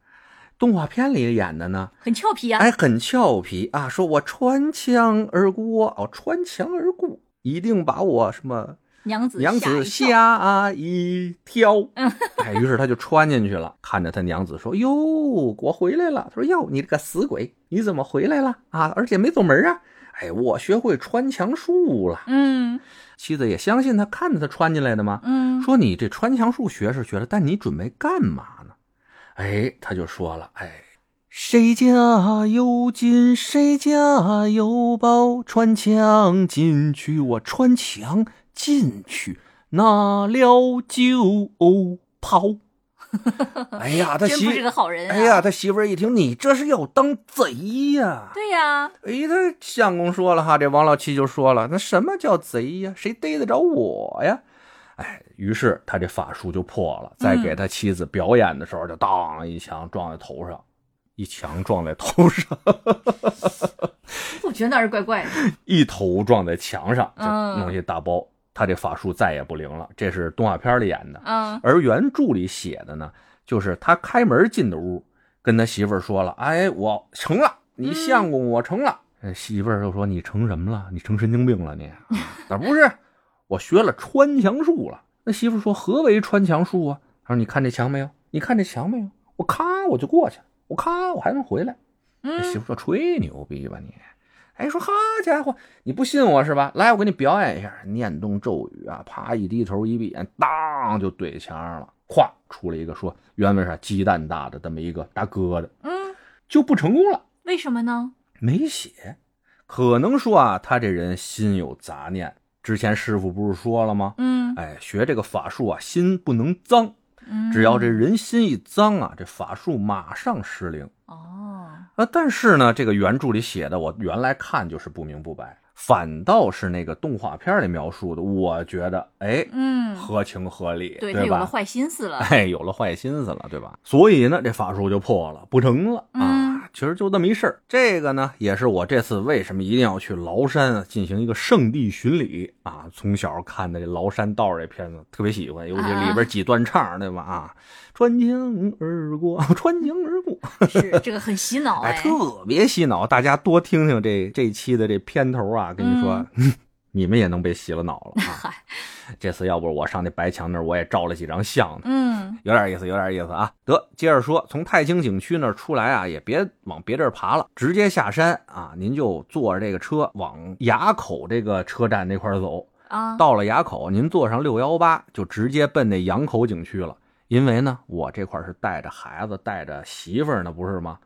Speaker 4: 动画片里演的呢，
Speaker 2: 很
Speaker 4: 哎
Speaker 2: 俏皮啊，
Speaker 4: 哎，很俏皮啊，说我穿墙而过，哦，穿墙而过，一定把我什么
Speaker 2: 娘子吓
Speaker 4: 娘子
Speaker 2: 一跳，
Speaker 4: 吓一 跳。哎，于是他就穿进去了，看着他娘子说：“哟，我回来了。”他说：“哟，你这个死鬼，你怎么回来了啊？而且没走门啊！”哎，我学会穿墙术了。
Speaker 2: 嗯
Speaker 4: 妻子也相信他，看着他穿进来的嘛，
Speaker 2: 嗯，
Speaker 4: 说：“你这穿墙术学是学了，但你准备干嘛呢？”哎，他就说了：“哎，谁家有金，谁家有宝，穿墙进去，我穿墙进去，拿了就跑。” 哎呀，他
Speaker 2: 真
Speaker 4: 媳
Speaker 2: 不是个好人、啊。
Speaker 4: 哎呀，，他媳妇儿一听，你这是要当贼呀、
Speaker 2: 对呀、
Speaker 4: 哎，他相公说了哈，这王老七就说了，那什么叫贼呀？谁逮得着我呀？哎，于是他这法术就破了，在给他妻子表演的时候，就当一枪撞在头上，一枪撞在头上，
Speaker 2: 我觉得那儿怪怪的。
Speaker 4: 一头撞在墙上，就
Speaker 2: 嗯
Speaker 4: 弄一大包。他这法术再也不灵了，这是动画片里演的。
Speaker 2: 嗯
Speaker 4: 而原著里写的呢，就是他开门进的屋，跟他媳妇儿说了：“哎，我成了，你相公，我成了。哎媳妇儿就说：“你成什么了？你成神经病了你？”那不是，我学了穿墙术了。那媳妇儿说：“何为穿墙术啊？”他说：“你看这墙没有？你看这墙没有？我咔我就过去，我咔我还能回来。”那媳
Speaker 2: 嗯，
Speaker 4: 妇说：“吹牛逼吧你！”哎，说好家伙，你不信我是吧？来，我给你表演一下，念动咒语啊，啪一低头一闭眼，当就怼墙上了，咵出了一个说原文上鸡蛋大的这么一个大疙瘩，
Speaker 2: 嗯，
Speaker 4: 就不成功了，
Speaker 2: 为什么呢？
Speaker 4: 没写。可能说啊，他这人心有杂念。之前师傅不是说了吗？
Speaker 2: 嗯
Speaker 4: 哎，学这个法术啊，心不能脏，
Speaker 2: 嗯，
Speaker 4: 只要这人心一脏啊，这法术马上失灵。
Speaker 2: 哦，
Speaker 4: 啊，但是呢，这个原著里写的，我原来看就是不明不白，反倒是那个动画片里描述的，我觉得哎，
Speaker 2: 嗯，
Speaker 4: 合情合理，
Speaker 2: 对他有了
Speaker 4: 吧？
Speaker 2: 坏心思 了。
Speaker 4: 哎，有了坏心思了，对吧？所以呢，这法术就破了，不成了
Speaker 2: 嗯
Speaker 4: 啊。其实就这么一事儿。这个呢，也是我这次为什么一定要去崂山啊，进行一个圣地巡礼啊。从小看的这《崂山道》这片子特别喜欢，尤其里
Speaker 2: 啊
Speaker 4: 边几段唱，对吧？啊，穿墙而过， 穿墙而过。
Speaker 2: 是这个很洗脑
Speaker 4: 哎，
Speaker 2: 哎，
Speaker 4: 特别洗脑，大家多听听这这一期的这片头啊，跟你说， 你们也能被洗了脑了啊！这次要不我上那白墙那儿，我也照了几张相呢。
Speaker 2: 嗯
Speaker 4: 有点意思，有点意思啊！得，接着说，从太清景区那儿出来啊，也别往别地儿爬了，直接下山啊！您就坐着这个车往垭口这个车站那块儿走。
Speaker 2: 啊，
Speaker 4: 到了垭口，您坐上六幺八，就直接奔那羊口景区了。因为呢，我这块儿是带着孩子，带着媳妇儿呢，不是吗？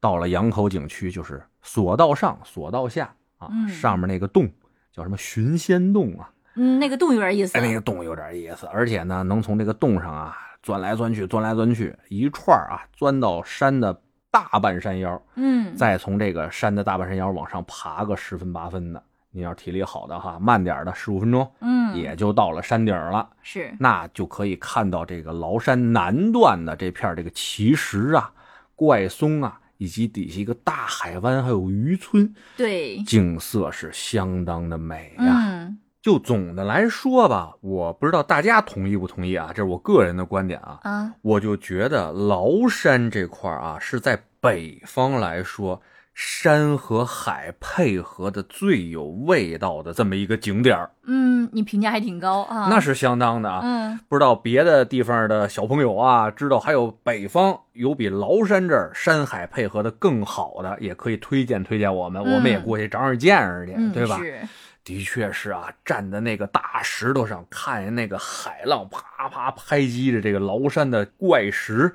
Speaker 4: 到了羊口景区，就是索道上、索道下啊，
Speaker 2: 嗯
Speaker 4: 上面那个洞叫什么寻仙洞啊？
Speaker 2: 嗯，那个洞有点意思
Speaker 4: 哎，。那个洞有点意思，而且呢，能从这个洞上啊钻来钻去，钻来钻去，一串儿啊钻到山的大半山腰，
Speaker 2: 嗯，
Speaker 4: 再从这个山的大半山腰往上爬个十分八分的。你要是体力好的哈，慢点儿的十五分钟，
Speaker 2: 嗯
Speaker 4: 也就到了山顶了，
Speaker 2: 是
Speaker 4: 那就可以看到这个崂山南段的这片儿这个奇石啊、怪松啊，以及底下一个大海湾，还有渔村，
Speaker 2: 对，
Speaker 4: 景色是相当的美呀、
Speaker 2: 嗯
Speaker 4: 就总的来说吧，我不知道大家同意不同意啊，这是我个人的观点啊，
Speaker 2: 啊，
Speaker 4: 我就觉得崂山这块儿啊，是在北方来说。山和海配合的最有味道的这么一个景点儿，
Speaker 2: 嗯，你评价还挺高啊。
Speaker 4: 那是相当的啊。
Speaker 2: 嗯
Speaker 4: 不知道别的地方的小朋友啊，知道还有北方有比崂山这儿山海配合的更好的，也可以推荐推荐我们，
Speaker 2: 嗯
Speaker 4: 我们也过去长长见识去，
Speaker 2: 嗯，
Speaker 4: 对吧？
Speaker 2: 是
Speaker 4: 的确是啊，站在那个大石头上，看见那个海浪啪啪拍击着这个崂山的怪石，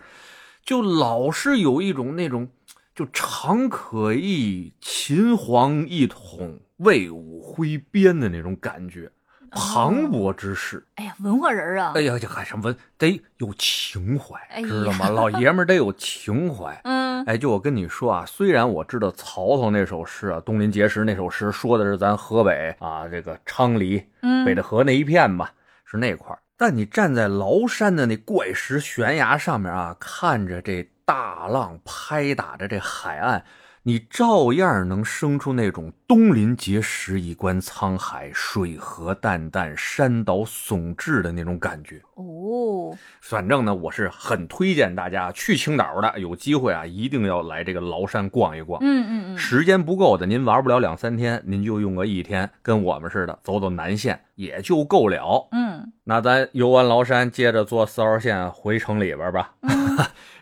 Speaker 4: 就老是有一种那种就常可意秦皇一统、魏武挥鞭的那种感觉，
Speaker 2: 哦
Speaker 4: 磅礴之势。
Speaker 2: 哎呀，文化人儿啊
Speaker 4: 哎。呀，这还什么得有情怀，
Speaker 2: 哎呀
Speaker 4: 知道吗？老爷们儿得有 情怀。
Speaker 2: 嗯
Speaker 4: 哎，就我跟你说啊，虽然我知道曹操那首诗啊，《东临碣石》那首诗说的是咱河北啊，这个昌黎、
Speaker 2: 嗯，
Speaker 4: 北戴河那一片吧，是那块儿。但你站在崂山的那怪石悬崖上面啊，看着这大浪拍打着这海岸，你照样能生出那种东临碣石，以观沧海，水何澹澹，山岛竦峙的那种感觉。
Speaker 2: 哦，
Speaker 4: 反正呢，我是很推荐大家去青岛的，有机会啊，一定要来这个崂山逛一逛。
Speaker 2: 嗯嗯嗯，
Speaker 4: 时间不够的，您玩不了两三天，您就用个一天，跟我们似的走走南线也就够了。
Speaker 2: 嗯
Speaker 4: 那咱游完崂山，接着坐四号线回城里边吧。
Speaker 2: 嗯，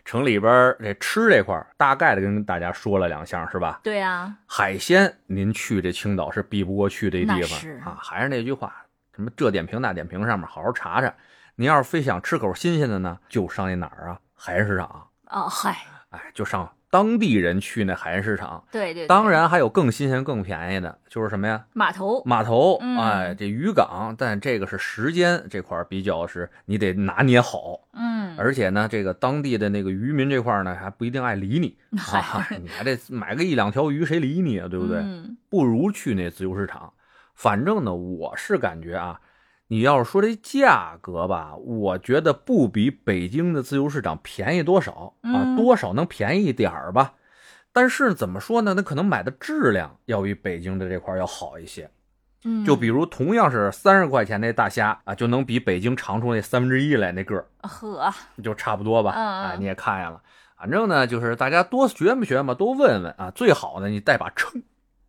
Speaker 4: 城里边这吃这块儿大概的跟大家说了两项是吧？
Speaker 2: 对啊，
Speaker 4: 海鲜，您去这青岛是避不过去这地
Speaker 2: 那
Speaker 4: 方
Speaker 2: 是
Speaker 4: 啊。还是那句话，什么这点评那点评上面好好查查。您要是非想吃口新鲜的呢，就上那哪儿啊？海鲜市场，
Speaker 2: 哦嗨，
Speaker 4: 哎，就上当地人去那海鲜市场。
Speaker 2: 对对，对
Speaker 4: 当然还有更新鲜、更便宜的，就是什么呀？
Speaker 2: 码头，
Speaker 4: 码头，
Speaker 2: 嗯
Speaker 4: 哎，这渔港，但这个是时间这块儿比较是你得拿捏好，
Speaker 2: 嗯，
Speaker 4: 而且呢，这个当地的那个渔民这块儿呢，还不一定爱 理你啊，你还得买个一两条鱼，谁理你啊？对不对？
Speaker 2: 嗯
Speaker 4: 不如去那自由市场。反正呢，我是感觉啊，你要是说这价格吧，我觉得不比北京的自由市场便宜多少啊，
Speaker 2: 嗯
Speaker 4: 多少能便宜一点儿吧。但是怎么说呢？那可能买的质量要比北京的这块儿要好一些。
Speaker 2: 嗯，
Speaker 4: 就比如同样是三十块钱那大虾啊，就能比北京长出那三分之一来那个儿。
Speaker 2: 嗯呵，啊
Speaker 4: 就差不多吧。
Speaker 2: 嗯嗯
Speaker 4: 啊，你也看见了，反正呢，就是大家多学嘛学嘛，多问问啊。最好呢，你带把秤，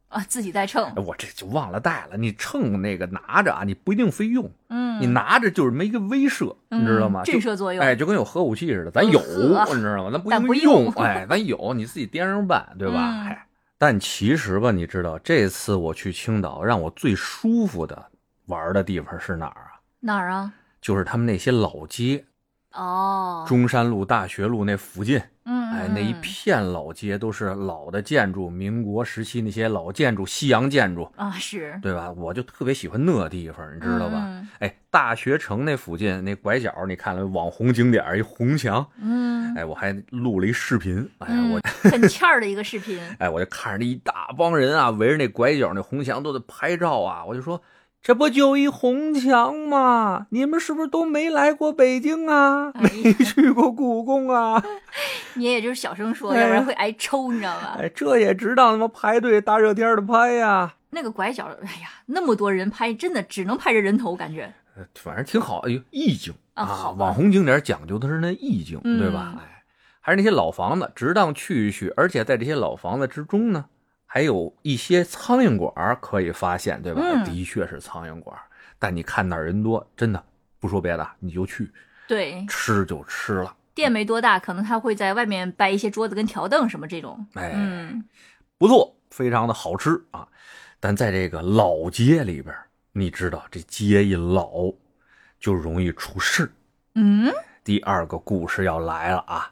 Speaker 2: 啊，自己带秤
Speaker 4: 哎，我这就忘了带了。你秤那个拿着啊，你不一定非用，
Speaker 2: 嗯，
Speaker 4: 你拿着就是没个威慑，
Speaker 2: 嗯
Speaker 4: 你知道吗？就
Speaker 2: 震慑作用，
Speaker 4: 哎，就跟有核武器似的，咱有，
Speaker 2: 嗯呵
Speaker 4: 你知道吗？咱不
Speaker 2: 但
Speaker 4: 一
Speaker 2: 不
Speaker 4: 定
Speaker 2: 用
Speaker 4: 哎，咱有，你自己掂量办，对吧？
Speaker 2: 嗯
Speaker 4: 哎，但其实吧，你知道，这次我去青岛，让我最舒服的玩的地方是哪儿啊？
Speaker 2: 哪儿啊？
Speaker 4: 就是他们那些老街，
Speaker 2: 哦，
Speaker 4: 中山路、大学路那附近，
Speaker 2: 嗯，嗯
Speaker 4: 哎，那一
Speaker 2: 嗯
Speaker 4: 片老街都是老的建筑，民国时期那些老建筑、西洋建筑，
Speaker 2: 啊是，
Speaker 4: 对吧？我就特别喜欢那地方，你知道吧？
Speaker 2: 嗯？
Speaker 4: 哎，大学城那附近那拐角，你看了网红景点一红墙，
Speaker 2: 嗯，
Speaker 4: 哎，我还录了一视频，哎，
Speaker 2: 嗯
Speaker 4: 我。
Speaker 2: 很欠儿的一个视频，
Speaker 4: 哎，我就看着那一大帮人啊，围着那拐角那红墙都在拍照啊，我就说，这不就一红墙吗？你们是不是都没来过北京啊？
Speaker 2: 哎呀
Speaker 4: 没去过故宫啊？
Speaker 2: 你也就是小声说，要不然会挨抽，你知道吧？
Speaker 4: 哎，这也值当他妈排队大热天的拍呀、
Speaker 2: 那个拐角，哎呀，那么多人拍，真的只能拍着人头，感觉
Speaker 4: 呃反正挺好，哎呦，意境
Speaker 2: 啊好吧
Speaker 4: 网红景点讲究的是那意境，
Speaker 2: 嗯
Speaker 4: 对吧？哎，还是那些老房子，值当去一去。而且在这些老房子之中呢，还有一些苍蝇馆儿可以发现，对吧？
Speaker 2: 嗯
Speaker 4: 的确是苍蝇馆儿，但你看那儿人多，真的不说别的，你就去
Speaker 2: 对。
Speaker 4: 吃就吃了。
Speaker 2: 店没多大，可能他会在外面摆一些桌子跟条凳什么这种。
Speaker 4: 哎
Speaker 2: 嗯，
Speaker 4: 不错，非常的好吃啊。但在这个老街里边儿，你知道这街一老，就容易出事。
Speaker 2: 嗯，
Speaker 4: 第二个故事要来了啊！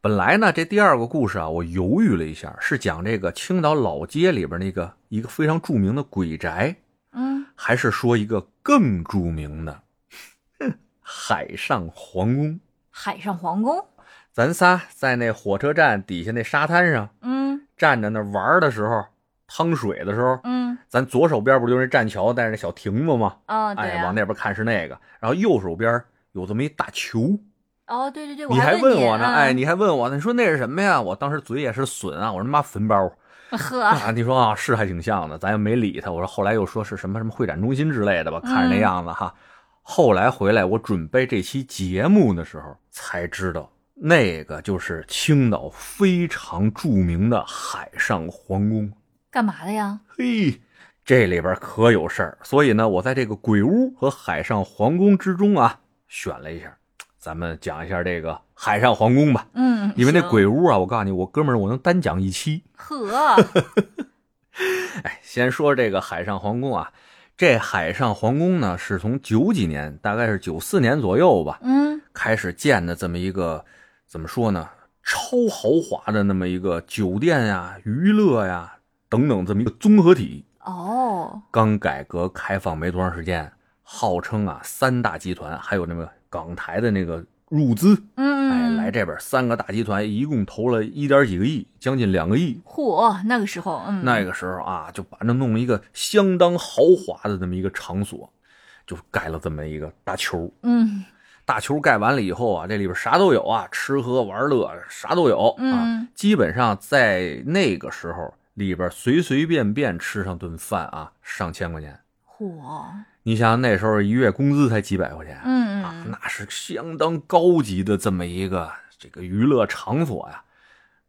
Speaker 4: 本来呢，这第二个故事啊，我犹豫了一下，是讲这个青岛老街里边那个一个非常著名的鬼宅，
Speaker 2: 嗯，
Speaker 4: 还是说一个更著名的 哼海上皇宫？
Speaker 2: 海上皇宫，
Speaker 4: 咱仨在那火车站底下那沙滩上
Speaker 2: 嗯
Speaker 4: 站着那玩的时候，趟水的时候，
Speaker 2: 嗯
Speaker 4: 咱左手边不就是那栈桥带着那小亭子吗？
Speaker 2: 啊，对
Speaker 4: 哎，
Speaker 2: 啊
Speaker 4: 往，那边看是那个，然后右手边有这么一大球，
Speaker 2: 哦，对对对，我
Speaker 4: 你还
Speaker 2: 问
Speaker 4: 我呢，
Speaker 2: 嗯
Speaker 4: 哎，你还问我呢，你说那是什么呀？我当时嘴也是损啊，我说他妈坟包
Speaker 2: 呵，
Speaker 4: 啊！你说啊，是还挺像的，咱也没理他。我说后来又说是什么什么会展中心之类的吧，看着那样子哈。后来回来我准备这期节目的时候才知道，那个就是青岛非常著名的海上皇宫。
Speaker 2: 干嘛的呀？
Speaker 4: 嘿，这里边可有事儿，所以呢，我在这个鬼屋和海上皇宫之中啊，选了一下。咱们讲一下这个海上皇宫吧。
Speaker 2: 嗯，
Speaker 4: 因为那
Speaker 2: 行
Speaker 4: 鬼屋啊，我告诉你，我哥们儿我能单讲一期。
Speaker 2: 呵，
Speaker 4: 哎，先说这个海上皇宫啊，这海上皇宫呢是从九几年，大概是九四年左右吧，
Speaker 2: 嗯
Speaker 4: 开始建的这么一个，怎么说呢，超豪华的那么一个酒店呀、娱乐呀等等这么一个综合体。
Speaker 2: 哦，
Speaker 4: 刚改革开放没多长时间，号称啊三大集团，还有那么港台的那个入资，哎，
Speaker 2: 嗯，
Speaker 4: 来这边三个大集团一共投了一点几个亿，将近两个亿。
Speaker 2: 嚯，那个时候，嗯，
Speaker 4: 那个时候啊，就把那弄了一个相当豪华的这么一个场所，就盖了这么一个大球。
Speaker 2: 嗯
Speaker 4: 大球盖完了以后啊，这里边啥都有啊，吃喝玩乐啥都有啊。
Speaker 2: 嗯
Speaker 4: 基本上在那个时候，里边随随便便吃上顿饭啊，上千块钱。
Speaker 2: 嚯，
Speaker 4: 你想想那时候一月工资才几百块钱，
Speaker 2: 嗯
Speaker 4: 啊，
Speaker 2: 嗯，
Speaker 4: 那是相当高级的这么一个这个娱乐场所呀。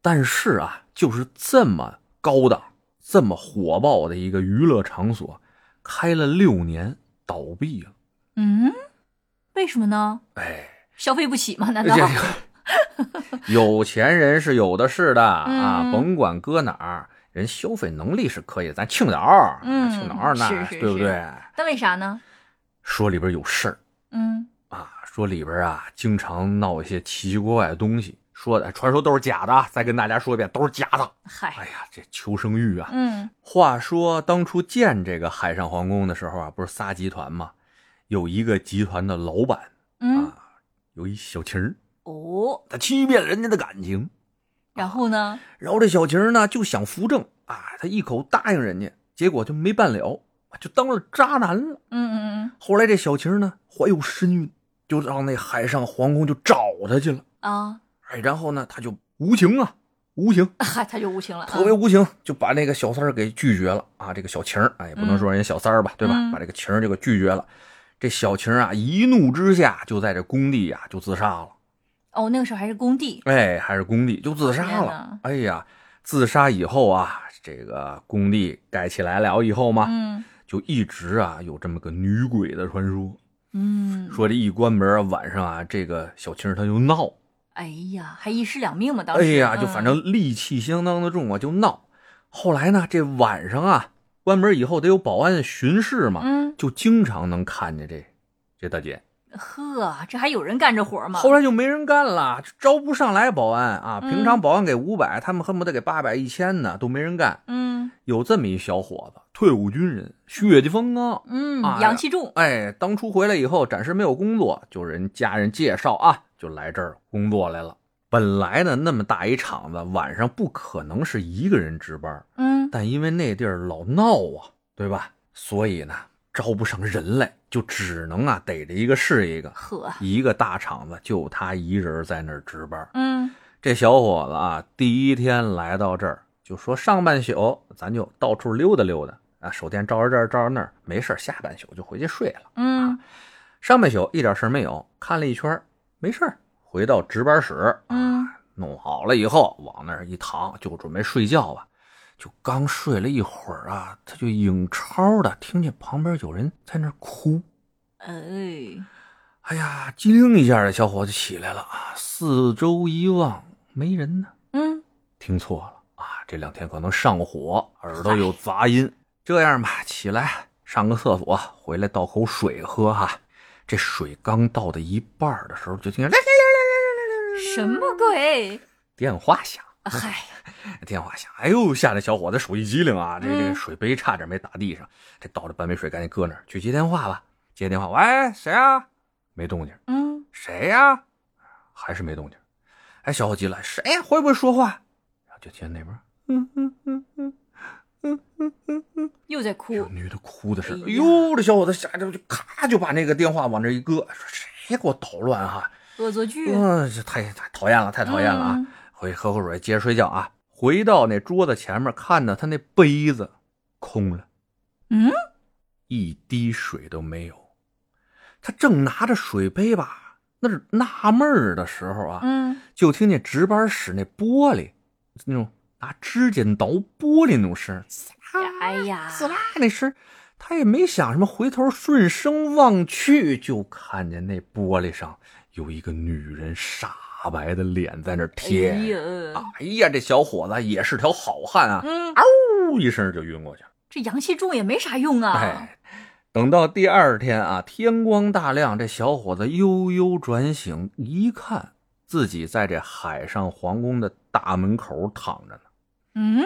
Speaker 4: 但是啊，就是这么高档、这么火爆的一个娱乐场所，开了六年倒闭了。
Speaker 2: 嗯，为什么呢？
Speaker 4: 哎，
Speaker 2: 消费不起吗？难
Speaker 4: 这
Speaker 2: 道？
Speaker 4: 这有钱人是有的是的啊，
Speaker 2: 嗯
Speaker 4: 甭管搁哪儿，人消费能力是可以，咱青岛，
Speaker 2: 嗯
Speaker 4: 青岛那
Speaker 2: 是是
Speaker 4: 对不
Speaker 2: 是
Speaker 4: 对？
Speaker 2: 那为啥呢？
Speaker 4: 说里边有事儿，
Speaker 2: 嗯，
Speaker 4: 啊，说里边啊经常闹一些奇奇怪怪的东西，说的传说都是假的啊，再跟大家说一遍，都是假的。哎
Speaker 2: 嗨，
Speaker 4: 呀，这求生欲啊！
Speaker 2: 嗯
Speaker 4: 话说当初建这个海上皇宫的时候啊，不是仨集团嘛，有一个集团的老板啊
Speaker 2: 嗯，
Speaker 4: 有一小情儿，
Speaker 2: 哦，
Speaker 4: 他欺骗人家的感情，
Speaker 2: 然后呢？
Speaker 4: 然后这小情儿呢就想扶正啊，他一口答应人家，结果就没办了，就当了渣男了。
Speaker 2: 嗯嗯
Speaker 4: 后来这小情儿呢怀有身孕，就让那海上皇宫就找他去了。
Speaker 2: 嗯啊，
Speaker 4: 哎，然后呢，他就无情啊，无情，
Speaker 2: 嗨，他就无情了，嗯
Speaker 4: 特别无情，就把那个小三儿给拒绝了啊。这个小情儿，哎，也不能说人家小三儿吧，对吧？
Speaker 2: 嗯
Speaker 4: 把这个情儿就给拒绝了。这小情儿啊，一怒之下就在这工地啊就自杀了。
Speaker 2: 哦，那个时候还是工地，
Speaker 4: 哎，还是工地就自杀
Speaker 2: 天
Speaker 4: 了
Speaker 2: 哪。
Speaker 4: 哎呀，自杀以后啊，这个工地盖起来了以后嘛，
Speaker 2: 嗯
Speaker 4: 就一直啊有这么个女鬼的传说，
Speaker 2: 嗯，
Speaker 4: 说这一关门啊，晚上啊，这个小情儿她就闹。
Speaker 2: 哎呀，还一尸两命嘛，当时，
Speaker 4: 哎呀，
Speaker 2: 嗯
Speaker 4: 就反正戾气相当的重啊，就闹。后来呢，这晚上啊，关门以后得有保安巡视嘛，
Speaker 2: 嗯
Speaker 4: 就经常能看见这这大姐。
Speaker 2: 呵，这还有人干这活吗？
Speaker 4: 后来就没人干了，招不上来保安啊。
Speaker 2: 嗯
Speaker 4: 平常保安给五百，他们恨不得给八百、一千呢，都没人干。
Speaker 2: 嗯
Speaker 4: 有这么一小伙子，退伍军人，血气方刚。
Speaker 2: 嗯
Speaker 4: 哎呀，
Speaker 2: 阳气重，
Speaker 4: 哎，当初回来以后，暂时没有工作，就人家人介绍啊，就来这儿工作来了。本来呢，那么大一厂子，晚上不可能是一个人值班，
Speaker 2: 嗯
Speaker 4: 但因为那地儿老闹啊，对吧？所以呢，招不上人来，就只能啊逮着一个是一个。
Speaker 2: 呵，
Speaker 4: 一个大厂子就他一人在那儿值班。
Speaker 2: 嗯
Speaker 4: 这小伙子啊，第一天来到这儿就说上半宿咱就到处溜达溜达啊，手电照着这儿照着那儿，没事儿下半宿就回去睡了。
Speaker 2: 嗯
Speaker 4: 上半宿一点事儿没有，看了一圈儿没事儿，回到值班室，
Speaker 2: 嗯
Speaker 4: 啊，弄好了以后往那儿一躺，就准备睡觉吧。就刚睡了一会儿啊，他就影超的听见旁边有人在那儿哭，
Speaker 2: 哎，
Speaker 4: 哎呀，机灵一下，这小伙子起来了啊，四周一望没人呢，
Speaker 2: 嗯
Speaker 4: 听错了啊，这两天可能上火，耳朵有杂音。这样吧，起来上个厕所，回来倒口水喝哈。这水刚倒到一半儿的时候，就听见
Speaker 2: 什么鬼？
Speaker 4: 电话响，
Speaker 2: 啊嗨，
Speaker 4: 电话响，哎呦，吓得小伙子手一机灵啊，这这
Speaker 2: 嗯
Speaker 4: 水杯差点没打地上。这倒着半杯水，赶紧搁那儿去接电话吧。接电话，喂，谁啊？没动静。
Speaker 2: 嗯
Speaker 4: 谁呀、还是没动静。哎，小伙急了，谁呀、会不会说话？然后就听那边
Speaker 2: 又在哭
Speaker 4: 有，女的哭的是，哎
Speaker 2: 哎呀
Speaker 4: 呦，这小伙子吓得就咔就把那个电话往这一搁，说谁给我捣乱哈、
Speaker 2: 恶作剧，
Speaker 4: 嗯，这太太讨厌了，太讨厌了啊！
Speaker 2: 嗯
Speaker 4: 回去喝口水，接着睡觉啊。回到那桌子前面，看到他那杯子空了，
Speaker 2: 嗯，
Speaker 4: 一滴水都没有。他正拿着水杯吧，那是纳闷儿的时候啊，
Speaker 2: 嗯
Speaker 4: 就听见值班室那玻璃那种拿指甲挠玻璃那种声儿，呲啦
Speaker 2: 哎呀，
Speaker 4: 呲啦那声儿，他也没想什么，回头顺声望去，就看见那玻璃上有一个女人煞白的脸在那儿
Speaker 2: 哎
Speaker 4: 贴。
Speaker 2: 呀，
Speaker 4: 哎呀，这小伙子也是条好汉啊！
Speaker 2: 嗯，
Speaker 4: 呜一声就晕过去了。
Speaker 2: 这阳气重也没啥用啊，
Speaker 4: 哎，等到第二天啊，天光大亮，这小伙子悠悠转醒，一看自己在这海上皇宫的大门口躺着呢。
Speaker 2: 嗯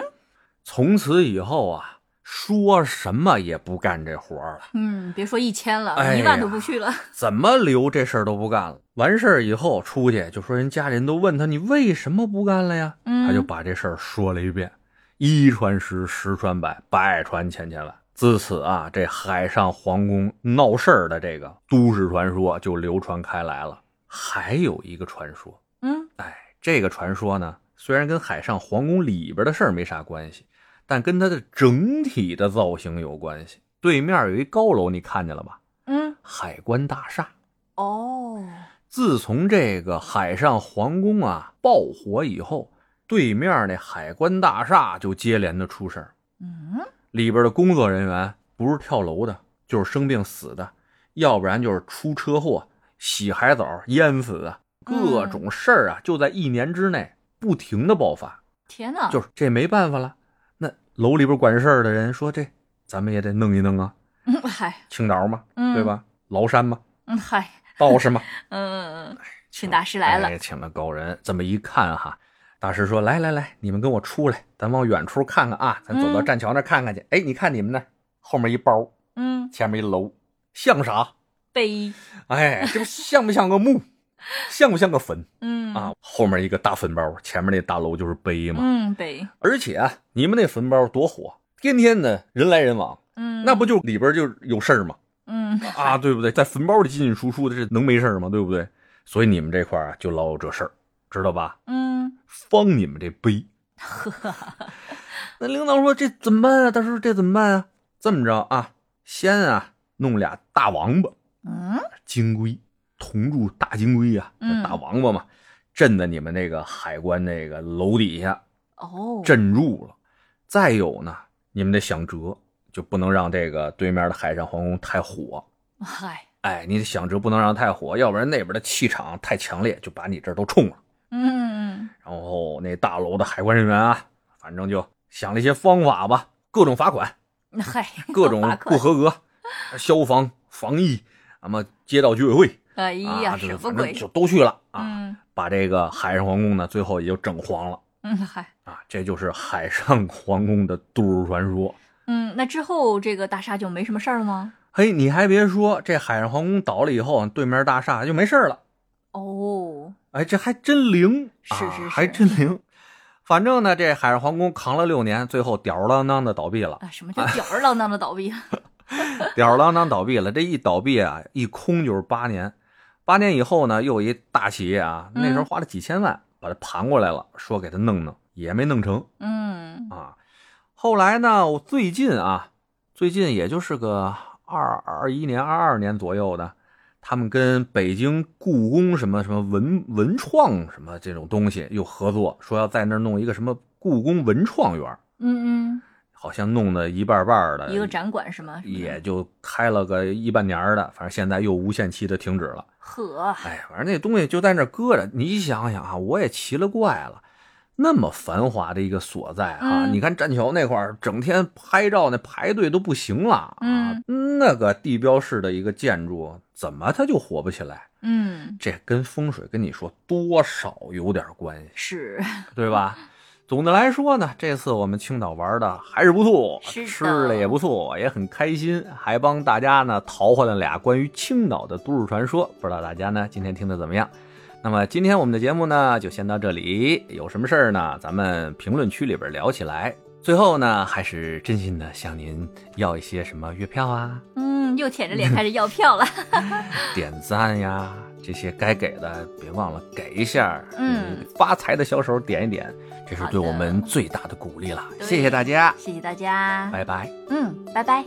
Speaker 4: 从此以后啊，说什么也不干这活儿了。
Speaker 2: 嗯，别说一千
Speaker 4: 哎
Speaker 2: 了，
Speaker 4: 呀
Speaker 2: 一万都不去了，
Speaker 4: 怎么留这事儿都不干了。完事儿以后出去就说人家人都问他你为什么不干了呀？
Speaker 2: 嗯
Speaker 4: 他就把这事儿说了一遍，一传十，十传百，百传千千万。自此啊，这海上皇宫闹事儿的这个都市传说就流传开来了。还有一个传说，
Speaker 2: 嗯
Speaker 4: 哎，这个传说呢，虽然跟海上皇宫里边的事儿没啥关系，但跟它的整体的造型有关系。对面有一高楼，你看见了吧？
Speaker 2: 嗯，
Speaker 4: 海关大厦。
Speaker 2: 哦，
Speaker 4: 自从这个海上皇宫啊爆火以后，对面那海关大厦就接连的出事儿，
Speaker 2: 嗯，
Speaker 4: 里边的工作人员不是跳楼的，就是生病死的，要不然就是出车祸、洗海澡淹死的，
Speaker 2: 嗯
Speaker 4: 各种事儿啊就在一年之内不停的爆发。
Speaker 2: 天哪，
Speaker 4: 就是这没办法了，那楼里边管事儿的人说这咱们也得弄一弄啊，
Speaker 2: 嗯嗨，
Speaker 4: 青岛嘛，
Speaker 2: 嗯，
Speaker 4: 对？吧？崂山嘛，
Speaker 2: 嗯嗨，
Speaker 4: 道士嘛。
Speaker 2: 嗯嗯嗯，请大师来了，
Speaker 4: 哎，请了高人。这么一看哈，大师说：“来来来，你们跟我出来，咱往远处看看啊，咱走到
Speaker 2: 嗯
Speaker 4: 栈桥那儿看看去。哎，你看你们那儿后面一包，
Speaker 2: 嗯，
Speaker 4: 前面一楼，像啥？
Speaker 2: 背衣，
Speaker 4: 哎， 这不像不像个墓？像不像个坟
Speaker 2: 嗯
Speaker 4: 啊？后面一个大坟包，前面那大楼就是碑嘛。
Speaker 2: 嗯，背，
Speaker 4: 而且啊，你们那坟包多火，天天的人来人往，
Speaker 2: 嗯，
Speaker 4: 那不就里边就有事儿吗？
Speaker 2: 嗯，
Speaker 4: 啊，对不对？在坟包里进进出出的，这能没事儿吗？对不对？所以你们这块儿啊，就老有这事儿，知道吧？
Speaker 2: 嗯
Speaker 4: 方你们这 碑。那领导说：“这怎么办啊？大叔，这怎么办啊？这么着啊，先啊弄俩大王八
Speaker 2: 嗯
Speaker 4: 金龟，铜铸大金龟呀、
Speaker 2: 嗯
Speaker 4: 大王八嘛，镇在你们那个海关那个楼底下
Speaker 2: 哦，
Speaker 4: 镇住了。再有呢，你们得想辙，就不能让这个对面的海上皇宫太火。
Speaker 2: 嗨，
Speaker 4: 哎，你得想辙，不能让它太火，要不然那边的气场太强烈，就把你这儿都冲了。”
Speaker 2: 嗯
Speaker 4: 然后那大楼的海关人员啊，反正就想了一些方法吧，各种罚款，
Speaker 2: 嗯，嗨，
Speaker 4: 各种
Speaker 2: 罚
Speaker 4: 不
Speaker 2: 款，
Speaker 4: 合格，消防、防疫，那么街道居委会，
Speaker 2: 哎呀，
Speaker 4: 啊，这
Speaker 2: 什么
Speaker 4: 反
Speaker 2: 鬼
Speaker 4: 正？就都去了啊，
Speaker 2: 嗯
Speaker 4: 把这个海上皇宫呢，最后也就整黄了
Speaker 2: 嗯，嗨，
Speaker 4: 啊，这就是海上皇宫的都市传说。
Speaker 2: 嗯，那之后这个大厦就没什么事儿了吗？
Speaker 4: 嘿，你还别说，这海上皇宫倒了以后，对面大厦就没事儿了。
Speaker 2: 哦，
Speaker 4: 哎，这还真灵，
Speaker 2: 是
Speaker 4: 啊
Speaker 2: 是是
Speaker 4: 还真灵。反正呢，这海上皇宫扛了六年，最后吊儿郎当的倒闭了。
Speaker 2: 啊，什么叫吊儿郎当的倒闭啊？
Speaker 4: 吊儿郎当倒闭了。这一倒闭啊，一空就是八年。八年以后呢，又有一大企业啊，
Speaker 2: 嗯
Speaker 4: 那时候花了几千万把它盘过来了，说给它弄弄，也没弄成
Speaker 2: 嗯
Speaker 4: 啊。后来呢，我最近啊，最近也就是个二二一年、二二年左右的，他们跟北京故宫什么什么文文创什么这种东西又合作，说要在那儿弄一个什么故宫文创园儿，
Speaker 2: 嗯
Speaker 4: 好像弄得一半儿半儿的，
Speaker 2: 嗯，一个展馆是吗？
Speaker 4: 呃也就开了个一半年儿的，反正现在又无限期的停止了。
Speaker 2: 呵，
Speaker 4: 哎，反正那东西就在那儿搁着。你想想啊，我也奇了怪了，那么繁华的一个所在哈、
Speaker 2: 嗯
Speaker 4: 你看栈桥那块儿，整天拍照那排队都不行了啊。那个地标式的一个建筑，怎么它就火不起来？
Speaker 2: 嗯，
Speaker 4: 这跟风水跟你说多少有点关系，
Speaker 2: 是，
Speaker 4: 对吧？总的来说呢，这次我们青岛玩的还是不错，
Speaker 2: 是的
Speaker 4: 吃的也不错，也很开心，还帮大家呢淘换了俩关于青岛的都市传说。不知道大家呢今天听的怎么样？那么今天我们的节目呢就先到这里，有什么事儿呢，咱们评论区里边聊起来。最后呢，还是真心的向您要一些什么月票啊、
Speaker 2: 嗯，又舔着脸开始要票了，
Speaker 4: 点赞呀这些该给的，别忘了给一下。
Speaker 2: 嗯，
Speaker 4: 发财的小手点一点，这是
Speaker 2: 好的
Speaker 4: 对我们最大的鼓励了。
Speaker 2: 对
Speaker 4: 谢谢大家。
Speaker 2: 谢谢大家，
Speaker 4: 拜拜。
Speaker 2: 嗯，拜拜。